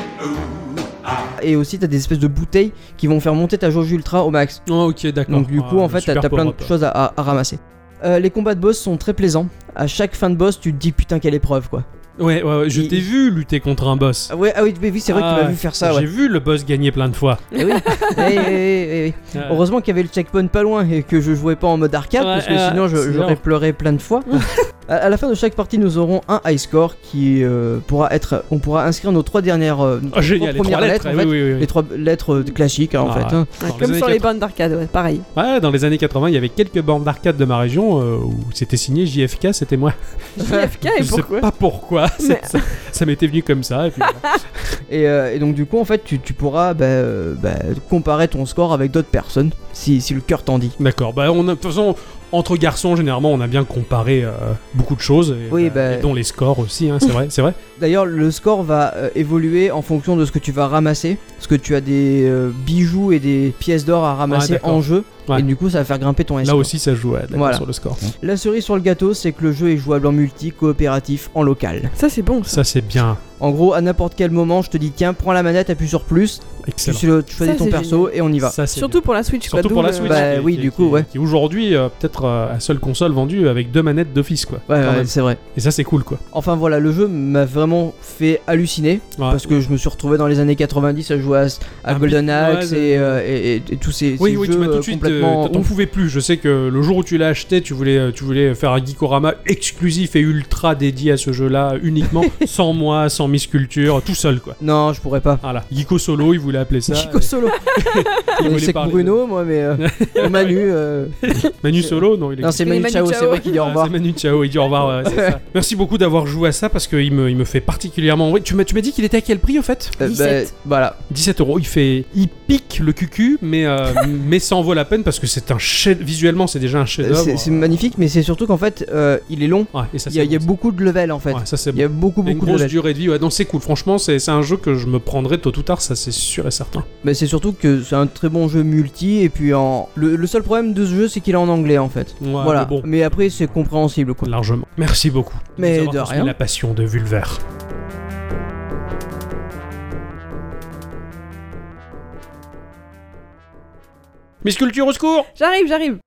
Speaker 1: Et aussi t'as des espèces de bouteilles qui vont faire monter ta jauge ultra au max.
Speaker 2: Oh, ok, d'accord.
Speaker 1: Donc du coup,
Speaker 2: Ah,
Speaker 1: en fait, t'as
Speaker 2: super
Speaker 1: t'as plein de
Speaker 2: power-up.
Speaker 1: choses à, à- à ramasser. Euh, les combats de boss sont très plaisants. À chaque fin de boss, tu te dis putain quelle épreuve quoi.
Speaker 2: Ouais, ouais, ouais, je
Speaker 1: Il-
Speaker 2: t'ai vu lutter contre un boss.
Speaker 1: Ah ouais, ah oui, mais oui, c'est vrai que
Speaker 2: Ah,
Speaker 1: tu m'as vu faire ça.
Speaker 2: J'ai
Speaker 1: Ouais.
Speaker 2: vu le boss gagner plein de fois.
Speaker 1: Eh oui. Eh, eh, eh, eh, eh.
Speaker 2: Euh,
Speaker 1: Heureusement qu'il y avait le checkpoint pas loin et que je jouais pas en mode arcade
Speaker 2: Ouais,
Speaker 1: parce que
Speaker 2: euh,
Speaker 1: sinon je-
Speaker 2: c'est
Speaker 1: j'aurais
Speaker 2: marrant.
Speaker 1: pleuré plein de
Speaker 2: [LAUGHS]
Speaker 1: fois. à, à la fin de chaque partie, nous aurons un high score qui euh, pourra être, on pourra inscrire nos trois dernières, euh, nos
Speaker 2: oh, génial, les
Speaker 1: trois
Speaker 2: trois
Speaker 1: premières
Speaker 2: lettres.
Speaker 1: lettres, en
Speaker 2: oui,
Speaker 1: fait.
Speaker 2: oui, oui.
Speaker 1: les trois lettres euh, classiques hein, en
Speaker 2: Ah,
Speaker 1: fait.
Speaker 2: [LAUGHS]
Speaker 1: hein.
Speaker 2: Dans les
Speaker 3: Mmh. Comme
Speaker 2: années
Speaker 3: sur les
Speaker 2: 80.
Speaker 3: bandes d'arcade, ouais, pareil.
Speaker 2: Ouais, dans les années 80, il y avait quelques bornes d'arcade de ma région euh, où c'était signé JFK, c'était moi.
Speaker 3: JFK
Speaker 2: je
Speaker 3: et
Speaker 2: sais
Speaker 3: pourquoi
Speaker 2: pas pourquoi, c'est-
Speaker 3: Mais-
Speaker 2: [LAUGHS] ça, ça m'était venu comme ça. Et puis, voilà.
Speaker 1: Et, euh, et donc du coup en fait tu, tu pourras bah, euh, bah, comparer ton score avec d'autres personnes si, si le cœur t'en dit.
Speaker 2: D'accord, bah on a, de toute façon, entre garçons, généralement, on a bien comparé euh, beaucoup de choses, et,
Speaker 1: Oui,
Speaker 2: euh,
Speaker 1: bah-
Speaker 2: et dont les scores
Speaker 1: [LAUGHS]
Speaker 2: aussi, hein, c'est vrai, c'est vrai.
Speaker 1: D'ailleurs, le score va euh, évoluer en fonction de ce que tu vas ramasser. Parce que tu as des euh, bijoux et des pièces d'or à ramasser
Speaker 2: Ouais, d'accord.
Speaker 1: en jeu.
Speaker 2: Ouais.
Speaker 1: Et du coup, ça va faire grimper ton
Speaker 2: Là
Speaker 1: score.
Speaker 2: aussi, ça joue ouais, d'accord,
Speaker 1: Voilà.
Speaker 2: sur le score.
Speaker 1: La cerise sur le gâteau, c'est que le jeu est jouable en multi, coopératif, en local.
Speaker 3: Ça, c'est bon.
Speaker 2: Ça, c'est bien.
Speaker 1: En gros, à n'importe quel moment, je te dis tiens, prends la manette, appuie sur plus, tu,
Speaker 2: Excellent.
Speaker 1: le- tu choisis
Speaker 3: Ça,
Speaker 1: ton
Speaker 3: c'est
Speaker 1: perso et on y va.
Speaker 2: Ça, c'est
Speaker 3: Surtout pour la Switch,
Speaker 2: bien.
Speaker 3: quoi,
Speaker 2: Surtout pour la
Speaker 3: d'où
Speaker 2: Switch.
Speaker 3: le-
Speaker 1: Bah
Speaker 2: qui-
Speaker 1: oui,
Speaker 2: qui-
Speaker 1: du
Speaker 2: qui-
Speaker 1: coup, ouais.
Speaker 2: Qui aujourd'hui, euh, peut-être euh, la seule console vendue avec deux manettes d'office, quoi.
Speaker 1: Ouais,
Speaker 2: Quand
Speaker 1: ouais,
Speaker 2: même.
Speaker 1: c'est vrai.
Speaker 2: Et ça, c'est cool, quoi.
Speaker 1: Enfin voilà, le jeu m'a vraiment fait halluciner
Speaker 2: Ouais.
Speaker 1: parce que je me suis retrouvé dans les années 90 à jouer à, à
Speaker 2: Ah,
Speaker 1: Golden
Speaker 2: mais-
Speaker 1: Axe
Speaker 2: ouais,
Speaker 1: et, euh, et- et- et tous ces,
Speaker 2: Oui,
Speaker 1: ces
Speaker 2: oui,
Speaker 1: jeux
Speaker 2: tu m'as tout
Speaker 1: euh,
Speaker 2: de suite
Speaker 1: complètement
Speaker 2: t'en
Speaker 1: ouf.
Speaker 2: pouvais plus. Je sais que le jour où tu l'as acheté, tu voulais, euh, tu voulais faire un Geekorama exclusif et ultra dédié à ce jeu-là
Speaker 1: [LAUGHS]
Speaker 2: uniquement, sans moi, sans Miss Culture, tout seul quoi.
Speaker 1: Non, je pourrais pas.
Speaker 2: Voilà, Geeko Solo, il voulait appeler ça. euh,
Speaker 1: Chico Solo.
Speaker 2: [LAUGHS]
Speaker 1: [LAUGHS]
Speaker 2: Il voulait
Speaker 1: C'est que
Speaker 2: parler
Speaker 1: Bruno, moi, mais
Speaker 2: [LAUGHS]
Speaker 1: euh, et Manu. euh,
Speaker 2: de- Manu Solo, non, il est
Speaker 1: Non, c'est
Speaker 3: Mais
Speaker 1: Manu,
Speaker 3: Manu
Speaker 1: Chao,
Speaker 3: Chao.
Speaker 1: c'est vrai qu'il dit au
Speaker 2: Ah,
Speaker 1: revoir.
Speaker 2: c'est Manu Chao, il dit au revoir. ouais, c'est ça. Merci beaucoup d'avoir joué à ça parce qu'il me, il me fait particulièrement. envie. tu m'as, tu m'as dit qu'il était à quel prix au fait
Speaker 1: Euh, [LAUGHS] bah,
Speaker 3: 17.
Speaker 1: voilà.
Speaker 2: 17 euros. Il fait, il pique le cucu,
Speaker 1: [LAUGHS]
Speaker 2: mais euh, mais ça en vaut la peine parce que c'est un chef. Visuellement, c'est déjà un chef
Speaker 1: Euh, C'est
Speaker 2: d'œuvre.
Speaker 1: c'est magnifique, mais c'est surtout qu'en fait, euh, il est long.
Speaker 2: Ouais, et hein. ça,
Speaker 1: Il y a,
Speaker 2: c'est
Speaker 1: il y a
Speaker 2: bon,
Speaker 1: beaucoup de level en
Speaker 2: ça.
Speaker 1: fait.
Speaker 2: Ouais, ça c'est
Speaker 1: Il y
Speaker 2: bon.
Speaker 1: a beaucoup,
Speaker 2: Il y a une
Speaker 1: beaucoup de
Speaker 2: grosse
Speaker 1: level.
Speaker 2: durée de vie. Ouais, donc c'est cool. Franchement, c'est, c'est un jeu que je me prendrai tôt ou tard. Ça, c'est sûr et certain.
Speaker 1: Mais c'est surtout que c'est un très bon jeu multi. Et puis, en... le, le seul problème de ce jeu, c'est qu'il est en anglais en fait.
Speaker 2: Ouais,
Speaker 1: voilà.
Speaker 2: mais bon,
Speaker 1: Mais après, c'est compréhensible quoi.
Speaker 2: largement. Merci beaucoup. de
Speaker 1: Mais
Speaker 2: nous avoir
Speaker 1: de
Speaker 2: transmis
Speaker 1: rien.
Speaker 2: La passion de Vulver. Miss Culture au secours.
Speaker 3: J'arrive, j'arrive.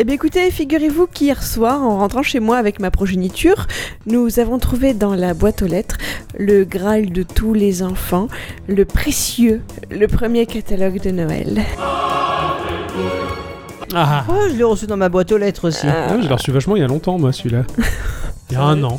Speaker 3: Eh bien écoutez, figurez-vous qu'hier soir, en rentrant chez moi avec ma progéniture, nous avons trouvé dans la boîte aux lettres le Graal de tous les enfants, le précieux, le premier catalogue de Noël.
Speaker 2: Ah.
Speaker 1: Oh, je l'ai reçu dans ma boîte aux lettres aussi.
Speaker 3: Ah.
Speaker 2: Ouais, je l'ai reçu vachement il y a longtemps, moi, [LAUGHS] celui-là. Il y a un an.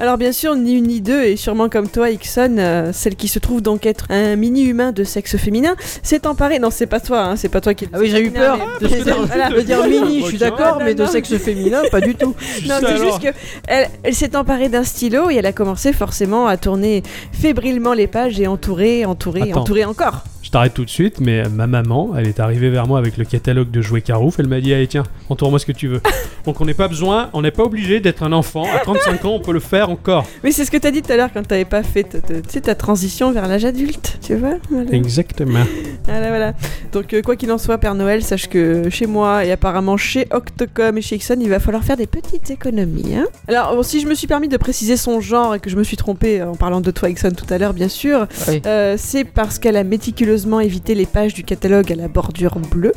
Speaker 3: Alors bien sûr, ni une ni deux, et sûrement comme toi, Ixon, euh, celle qui se trouve donc être un mini-humain de sexe féminin, s'est emparée... Non, c'est pas toi, hein, c'est pas toi qui...
Speaker 1: Ah oui, j'ai eu peur.
Speaker 3: Mais-
Speaker 1: Parce que dans-
Speaker 3: Voilà.
Speaker 1: de [LAUGHS] dire mini, je suis d'accord,
Speaker 3: Ah, non,
Speaker 1: mais de
Speaker 3: non.
Speaker 1: sexe féminin, pas du [LAUGHS] tout.
Speaker 3: Non, c'est juste que elle, elle s'est emparée d'un stylo et elle a commencé forcément à tourner fébrilement les pages et entourer, entourer,
Speaker 2: Attends.
Speaker 3: entourer encore.
Speaker 2: Je t'arrête tout de suite, mais euh, ma maman, elle est arrivée vers moi avec le catalogue de jouets Carouf. Elle m'a dit Allez, tiens, entoure-moi ce que
Speaker 3: [LAUGHS]
Speaker 2: tu veux. Donc, on n'est pas besoin, on n'est pas obligé d'être un enfant. À 35 ans, on peut le faire encore.
Speaker 3: Mais c'est ce que t'as dit tout à l'heure quand t'avais pas fait ta- ta- tu sais, ta transition vers l'âge adulte, tu vois voilà.
Speaker 2: Exactement.
Speaker 3: Voilà, Ah, voilà. Donc euh, quoi qu'il en soit, Père Noël, sache que chez moi et apparemment chez Octocom et chez Ixon, il va falloir faire des petites économies. hein. Alors bon, si je me suis permis de préciser son genre et que je me suis trompée euh, en parlant de toi, Ixon, tout à l'heure, bien sûr,
Speaker 1: Oui.
Speaker 3: euh, c'est parce qu'elle a méticuleusement évité les pages du catalogue à la bordure bleue,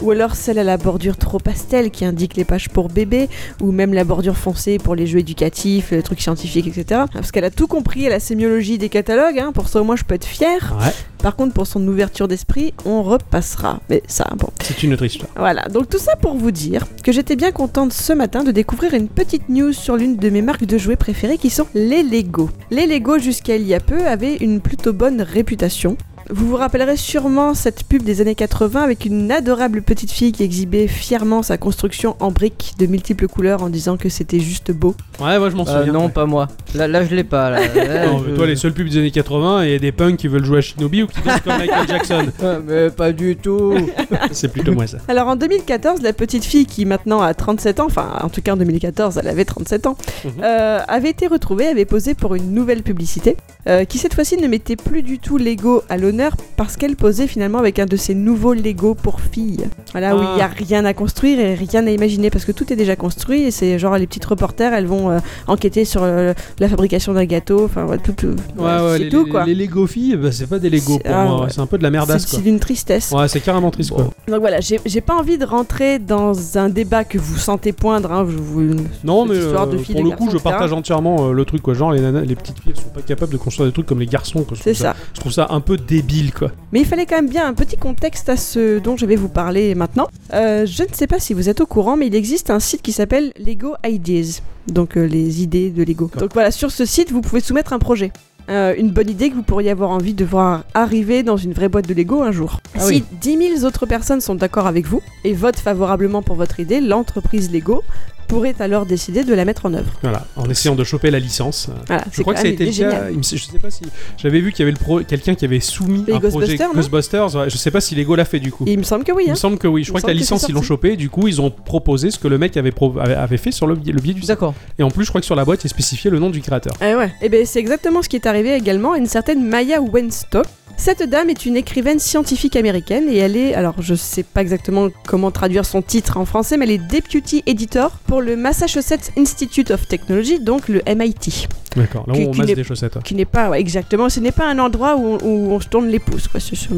Speaker 3: ou alors celle à la bordure trop pastel qui indique les pages pour bébé, ou même la bordure foncée pour les jeux éducatifs, les trucs scientifiques, etc. Parce qu'elle a tout compris à la sémiologie des catalogues, hein, pour ça au moins je peux être fière.
Speaker 2: Ouais,
Speaker 3: Par contre, pour son ouverture d'esprit, on repassera. Mais ça, bon.
Speaker 2: c'est une autre histoire.
Speaker 3: Voilà, donc tout ça pour vous dire que j'étais bien contente ce matin de découvrir une petite news sur l'une de mes marques de jouets préférées qui sont les Lego. Les Lego, jusqu'à il y a peu, avaient une plutôt bonne réputation. Vous vous rappellerez sûrement cette pub des années 80 avec une adorable petite fille qui exhibait fièrement sa construction en briques de multiples couleurs en disant que c'était juste beau.
Speaker 2: Ouais, moi, je m'en
Speaker 1: Euh,
Speaker 2: souviens.
Speaker 1: non,
Speaker 2: ouais.
Speaker 1: pas moi. Là, là je l'ai pas. Là. Là,
Speaker 2: Non, mais
Speaker 1: je-
Speaker 2: toi, les seuls pubs des années 80, il y a des punks qui veulent jouer à Shinobi ou qui dansent comme Michael Jackson.
Speaker 1: Ah, mais pas du [LAUGHS] tout.
Speaker 2: [LAUGHS] C'est plutôt moi, ça.
Speaker 3: Alors en 2014, la petite fille qui maintenant a 37 ans, enfin en tout cas en 2014 elle avait 37 ans,
Speaker 2: Mhm.
Speaker 3: euh, avait été retrouvée, avait posé pour une nouvelle publicité, euh, qui cette fois-ci ne mettait plus du tout Lego à l'honneur parce qu'elle posait finalement avec un de ses nouveaux Lego pour filles. Voilà, où
Speaker 2: Ah.
Speaker 3: il n'y a rien à construire et rien à imaginer parce que tout est déjà construit et c'est genre les petites reporters, elles vont euh, enquêter sur euh, la fabrication d'un gâteau, enfin ouais, tout, tout- voilà, c'est
Speaker 2: les,
Speaker 3: tout
Speaker 2: les-
Speaker 3: quoi.
Speaker 2: les Lego filles, bah, c'est pas des Lego
Speaker 3: C'est-
Speaker 2: pour
Speaker 3: ah,
Speaker 2: moi.
Speaker 3: ouais.
Speaker 2: C'est un peu de la merdasse,
Speaker 3: C'est
Speaker 2: quoi.
Speaker 3: c'est d'une tristesse.
Speaker 2: Ouais, c'est carrément triste, quoi.
Speaker 3: Donc voilà, j'ai j'ai pas envie de rentrer dans un débat que vous sentez poindre. Hein, je vous...
Speaker 2: Non,
Speaker 3: Cette
Speaker 2: mais
Speaker 3: histoire de
Speaker 2: euh,
Speaker 3: filles,
Speaker 2: pour
Speaker 3: de
Speaker 2: le coup,
Speaker 3: garçons,
Speaker 2: je
Speaker 3: etc.
Speaker 2: partage entièrement euh, le truc, quoi. Genre, les, nanas- les petites filles, elles sont pas capables de construire des trucs comme les garçons, quoi. Je
Speaker 3: C'est
Speaker 2: trouve
Speaker 3: ça.
Speaker 2: Je trouve ça un peu débile, quoi.
Speaker 3: Mais il fallait quand même bien un petit contexte à ce dont je vais vous parler maintenant. Euh, je ne sais pas si vous êtes au courant, mais il existe un site qui s'appelle Lego Ideas. Donc euh, les idées de Lego. Donc voilà, sur ce site, vous pouvez soumettre un projet. Euh, une bonne idée que vous pourriez avoir envie de voir arriver dans une vraie boîte de Lego un jour.
Speaker 1: Ah
Speaker 3: si 10 000 autres personnes sont d'accord avec vous et votent favorablement pour votre idée, l'entreprise Lego pourrait alors décider de la mettre en œuvre.
Speaker 2: Voilà, en essayant de choper la licence. Euh,
Speaker 3: Voilà,
Speaker 2: Je
Speaker 3: c'est
Speaker 2: crois que
Speaker 3: quand
Speaker 2: ça a
Speaker 3: même
Speaker 2: été
Speaker 3: une
Speaker 2: le
Speaker 3: idée
Speaker 2: cas.
Speaker 3: géniale.
Speaker 2: il me- Je sais pas si. J'avais vu qu'il y avait le pro... quelqu'un qui avait soumis
Speaker 3: Les
Speaker 2: un projet
Speaker 3: Ghostbusters, non
Speaker 2: Ghostbusters. ouais. Je sais pas si Lego l'a fait, du coup.
Speaker 3: Et il me semble que oui.
Speaker 2: Il
Speaker 3: hein.
Speaker 2: me semble que oui. Je
Speaker 3: Il
Speaker 2: crois
Speaker 3: me
Speaker 2: que la
Speaker 3: semble que
Speaker 2: licence,
Speaker 3: c'est
Speaker 2: ils l'ont
Speaker 3: sorti.
Speaker 2: chopé. Du coup, ils ont proposé ce que le mec avait, pro- avait- avait fait sur le biais, le biais du site.
Speaker 1: D'accord.
Speaker 2: Et en plus, je crois que sur la boîte, il spécifiait le nom du créateur.
Speaker 3: Eh ouais. Et bien c'est exactement ce qui est arrivé également à une certaine Maya Wenstock. Cette dame est une écrivaine scientifique américaine et elle est, alors je sais pas exactement comment traduire son titre en français, mais elle est deputy editor pour le Massachusetts Institute of Technology, donc le MIT.
Speaker 2: D'accord, là où
Speaker 3: Qui-
Speaker 2: on
Speaker 3: qui
Speaker 2: masse
Speaker 3: n'est-
Speaker 2: des chaussettes. ouais.
Speaker 3: qui n'est pas ouais, exactement, ce n'est pas un endroit où, on- où on se tourne les pouces quoi. C'est sur-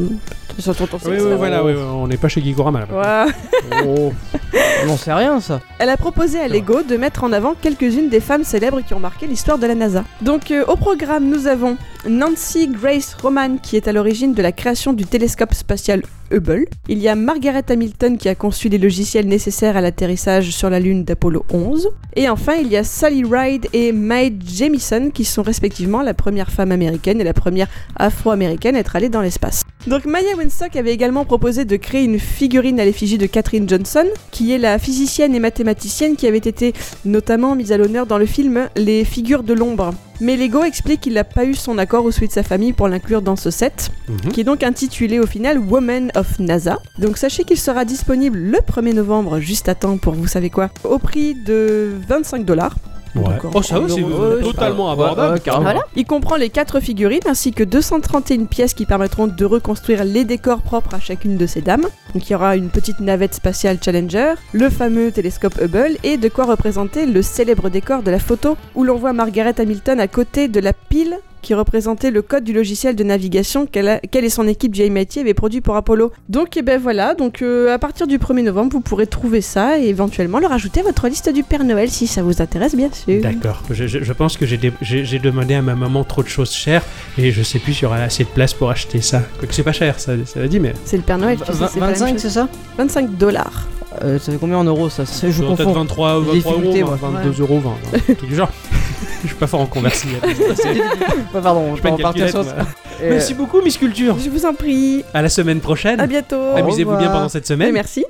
Speaker 3: sur ton- ton-
Speaker 2: Oui,
Speaker 3: sur-
Speaker 2: oui, voilà, oui, oui, on n'est pas chez Gigorama. là.
Speaker 3: Voilà. [LAUGHS]
Speaker 1: Oh, on n'en sait rien ça.
Speaker 3: Elle a proposé à Lego de mettre en avant quelques-unes des femmes célèbres qui ont marqué l'histoire de la NASA. Donc euh, au programme, nous avons Nancy Grace Roman qui est à l'origine de la création du télescope spatial Hubble. Il y a Margaret Hamilton qui a conçu les logiciels nécessaires à l'atterrissage sur la Lune d'Apollo 11. Et enfin, il y a Sally Ride et Mae Jemison qui sont respectivement la première femme américaine et la première afro-américaine à être allée dans l'espace. Donc Maya Winstock avait également proposé de créer une figurine à l'effigie de Katherine Johnson, qui est la physicienne et mathématicienne qui avait été notamment mise à l'honneur dans le film Les figures de l'ombre. Mais Lego explique qu'il n'a pas eu son accord au souhait de sa famille pour l'inclure dans ce set,
Speaker 2: Mhm.
Speaker 3: qui est donc intitulé au final Woman of NASA. Donc sachez qu'il sera disponible le 1er novembre, juste à temps pour vous savez quoi, au prix de 25 dollars.
Speaker 2: Ouais.
Speaker 3: Donc, en-
Speaker 2: Oh, ça
Speaker 3: en
Speaker 2: va, c'est
Speaker 3: euros, je-
Speaker 2: totalement
Speaker 1: Ouais,
Speaker 2: abordable.
Speaker 1: ouais, carrément.
Speaker 3: voilà. Il comprend les 4 figurines ainsi que 231 pièces qui permettront de reconstruire les décors propres à chacune de ces dames. Donc il y aura une petite navette spatiale Challenger, le fameux télescope Hubble et de quoi représenter le célèbre décor de la photo où l'on voit Margaret Hamilton à côté de la pile qui représentait le code du logiciel de navigation qu'elle a- qu'elle et son équipe JMIT avaient produit pour Apollo. Donc eh ben voilà, donc euh, à partir du 1er novembre, vous pourrez trouver ça et éventuellement le rajouter à votre liste du Père Noël si ça vous intéresse bien sûr.
Speaker 2: D'accord, je, je- je pense que j'ai dé- j'ai j'ai demandé à ma maman trop de choses chères et je sais plus s'il y aura assez de place pour acheter ça. Quoique c'est pas cher, ça, ça l'a dit, mais.
Speaker 3: C'est le Père Noël qui
Speaker 1: Vingt- 25 c'est ça
Speaker 3: 25 dollars.
Speaker 1: Euh, Ça fait combien en euros ça C'est- Je
Speaker 2: Peut-être
Speaker 1: confonds.
Speaker 2: 23,
Speaker 1: Des
Speaker 2: 23 euros,
Speaker 1: difficultés, moi.
Speaker 2: vingt- 22 euros, vingt, vingt, un truc du genre. [LAUGHS] je suis pas fort
Speaker 1: [LAUGHS]
Speaker 2: en conversion.
Speaker 1: Ah, Pardon,
Speaker 2: Je suis pas
Speaker 1: on
Speaker 2: une
Speaker 1: part partir
Speaker 2: calculette,
Speaker 1: sur
Speaker 2: moi.
Speaker 1: Et,
Speaker 2: Merci beaucoup, Miss Culture.
Speaker 3: Je vous en prie.
Speaker 2: À la semaine prochaine.
Speaker 3: À bientôt.
Speaker 1: Au
Speaker 2: Amusez-vous bien
Speaker 1: revoir.
Speaker 2: pendant cette
Speaker 3: Et
Speaker 2: semaine.
Speaker 3: merci.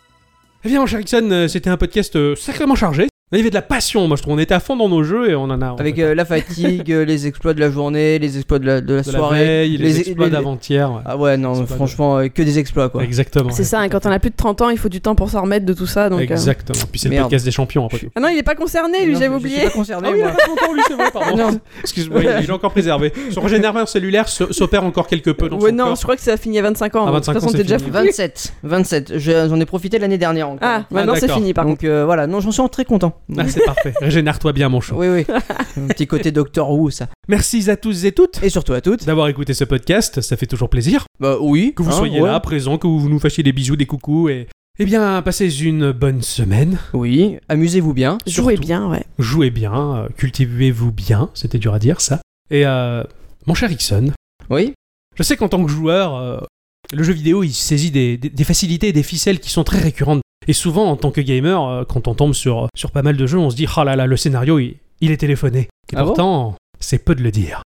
Speaker 2: Eh bien, mon cher Ixon, euh, c'était un podcast euh, sacrément chargé. Il y avait de la passion, moi je trouve. On était à fond dans nos jeux et on en a. en
Speaker 1: Avec
Speaker 2: fait,
Speaker 1: euh, la fatigue, euh, les exploits de la journée, les exploits de la, de la
Speaker 2: de la
Speaker 1: soirée.
Speaker 2: veille, les,
Speaker 1: les-
Speaker 2: exploits
Speaker 1: les-
Speaker 2: d'avant-hier. ouais.
Speaker 1: Ah ouais, non,
Speaker 2: C'est pas
Speaker 1: franchement, euh, que des exploits quoi.
Speaker 2: Exactement.
Speaker 3: C'est
Speaker 2: ouais.
Speaker 3: ça, hein, quand on a plus de 30 ans, il faut du temps pour s'en remettre de tout ça. Donc, euh.
Speaker 2: Exactement. Puis c'est le
Speaker 1: Merde.
Speaker 2: podcast des champions après tout.
Speaker 3: Ah non, il est pas concerné, lui,
Speaker 1: Non,
Speaker 3: j'avais
Speaker 1: je- Je suis
Speaker 3: oublié.
Speaker 1: pas concerné,
Speaker 2: Ah oui,
Speaker 1: moi. [LAUGHS]
Speaker 2: il a pas encore lu, c'est vrai, pardon.
Speaker 3: Ah
Speaker 1: Non.
Speaker 2: Excuse-moi, il est encore préservé. Son régénérateur cellulaire se- s'opère encore quelque peu dans
Speaker 3: ouais,
Speaker 2: son
Speaker 3: non,
Speaker 2: corps.
Speaker 3: je crois que ça a fini à 25 ans.
Speaker 2: À
Speaker 3: donc,
Speaker 2: 25
Speaker 3: de toute
Speaker 2: Ah, ans,
Speaker 3: façon,
Speaker 2: c'est
Speaker 3: t'es déjà
Speaker 2: fini.
Speaker 3: foutu.
Speaker 1: 27, 27. Je- J'en ai profité l'année dernière encore.
Speaker 3: Ah, maintenant c'est
Speaker 2: d'accord.
Speaker 3: fini par contre.
Speaker 1: Donc euh, voilà, non, j'en suis très content.
Speaker 2: Ah, c'est parfait. Régénère-toi bien, mon chou.
Speaker 1: Oui,
Speaker 2: [LAUGHS]
Speaker 1: oui. Un petit côté Doctor Who, ça.
Speaker 2: Merci à tous et toutes
Speaker 1: Et surtout à toutes.
Speaker 2: d'avoir écouté ce podcast. Ça fait toujours plaisir.
Speaker 1: Bah oui.
Speaker 2: Que vous
Speaker 1: hein,
Speaker 2: soyez
Speaker 1: ouais.
Speaker 2: là, présent, que vous nous fassiez des bisous, des coucous. Et... Eh bien, passez une bonne semaine.
Speaker 1: Oui, amusez-vous bien.
Speaker 3: Jouez
Speaker 2: surtout.
Speaker 3: bien, ouais.
Speaker 2: Jouez bien, euh, cultivez-vous bien. C'était dur à dire, ça. Et euh, mon cher Ixon,
Speaker 1: Oui.
Speaker 2: Je sais qu'en tant que joueur, euh, le jeu vidéo, il saisit des, des- des facilités et des ficelles qui sont très récurrentes. Et souvent, en tant que gamer, euh, quand on tombe sur, sur pas mal de jeux, on se dit « Ah là là, le scénario, il, il est téléphoné. » Et
Speaker 1: Ah bon
Speaker 2: pourtant, c'est peu de le dire.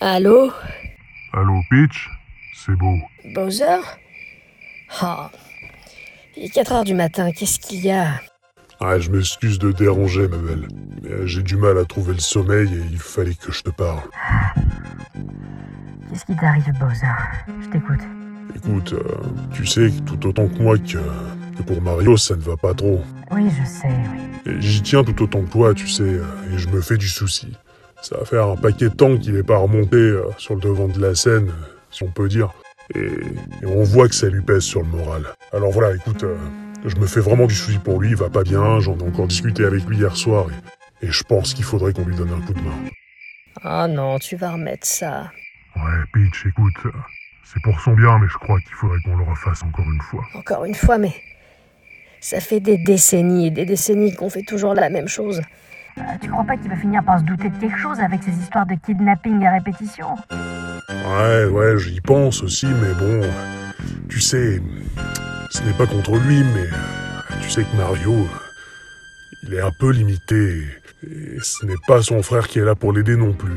Speaker 8: Allô
Speaker 7: Allô, Peach C'est beau.
Speaker 8: Bowser Oh. Il est 4 heures du matin, qu'est-ce qu'il y a
Speaker 7: Ah, je m'excuse de déranger, ma belle. Mais euh, j'ai du mal à trouver le sommeil et il fallait que je te parle.
Speaker 8: Qu'est-ce qui t'arrive, Bowser Je t'écoute.
Speaker 7: Écoute, euh, tu sais tout autant que moi que, que pour Mario, ça ne va pas trop.
Speaker 8: Oui, je sais, oui.
Speaker 7: Et j'y tiens tout autant que toi, tu sais, euh, et je me fais du souci. Ça va faire un paquet de temps qu'il est pas remonté euh, sur le devant de la scène, euh, si on peut dire. Et, et on voit que ça lui pèse sur le moral. Alors voilà, écoute, euh, je me fais vraiment du souci pour lui, il va pas bien, j'en ai encore discuté avec lui hier soir, et, et je pense qu'il faudrait qu'on lui donne un coup de main.
Speaker 8: Oh non, tu vas remettre ça.
Speaker 7: Ouais, Peach, écoute, euh, c'est pour son bien, mais je crois qu'il faudrait qu'on le refasse encore une fois.
Speaker 8: Encore une fois, mais. Ça fait des décennies et des décennies qu'on fait toujours la même chose. Euh, tu crois pas qu'il va finir par se douter de quelque chose avec ces histoires de kidnapping à répétition
Speaker 7: Ouais, ouais, j'y pense aussi, mais bon, tu sais, ce n'est pas contre lui, mais euh, tu sais que Mario, euh, il est un peu limité, et ce n'est pas son frère qui est là pour l'aider non plus.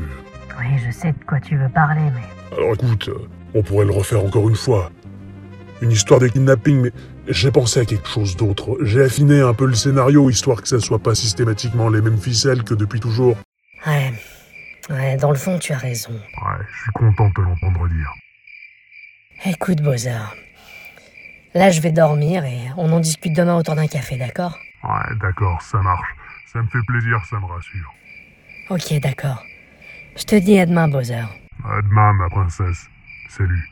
Speaker 8: Oui, je sais de quoi tu veux parler, mais.
Speaker 7: Alors écoute, euh, on pourrait le refaire encore une fois. Une histoire de kidnapping, mais j'ai pensé à quelque chose d'autre. J'ai affiné un peu le scénario, histoire que ça soit pas systématiquement les mêmes ficelles que depuis toujours.
Speaker 8: Ouais. Ouais, dans le fond, tu as raison.
Speaker 7: Ouais, je suis content de te l'entendre dire.
Speaker 8: Écoute, Bowser. Là, je vais dormir et on en discute demain autour d'un café, d'accord
Speaker 7: Ouais, d'accord, ça marche. Ça me fait plaisir, ça me rassure.
Speaker 8: Ok, d'accord. Je te dis à demain, Bowser.
Speaker 7: À demain, ma princesse. Salut.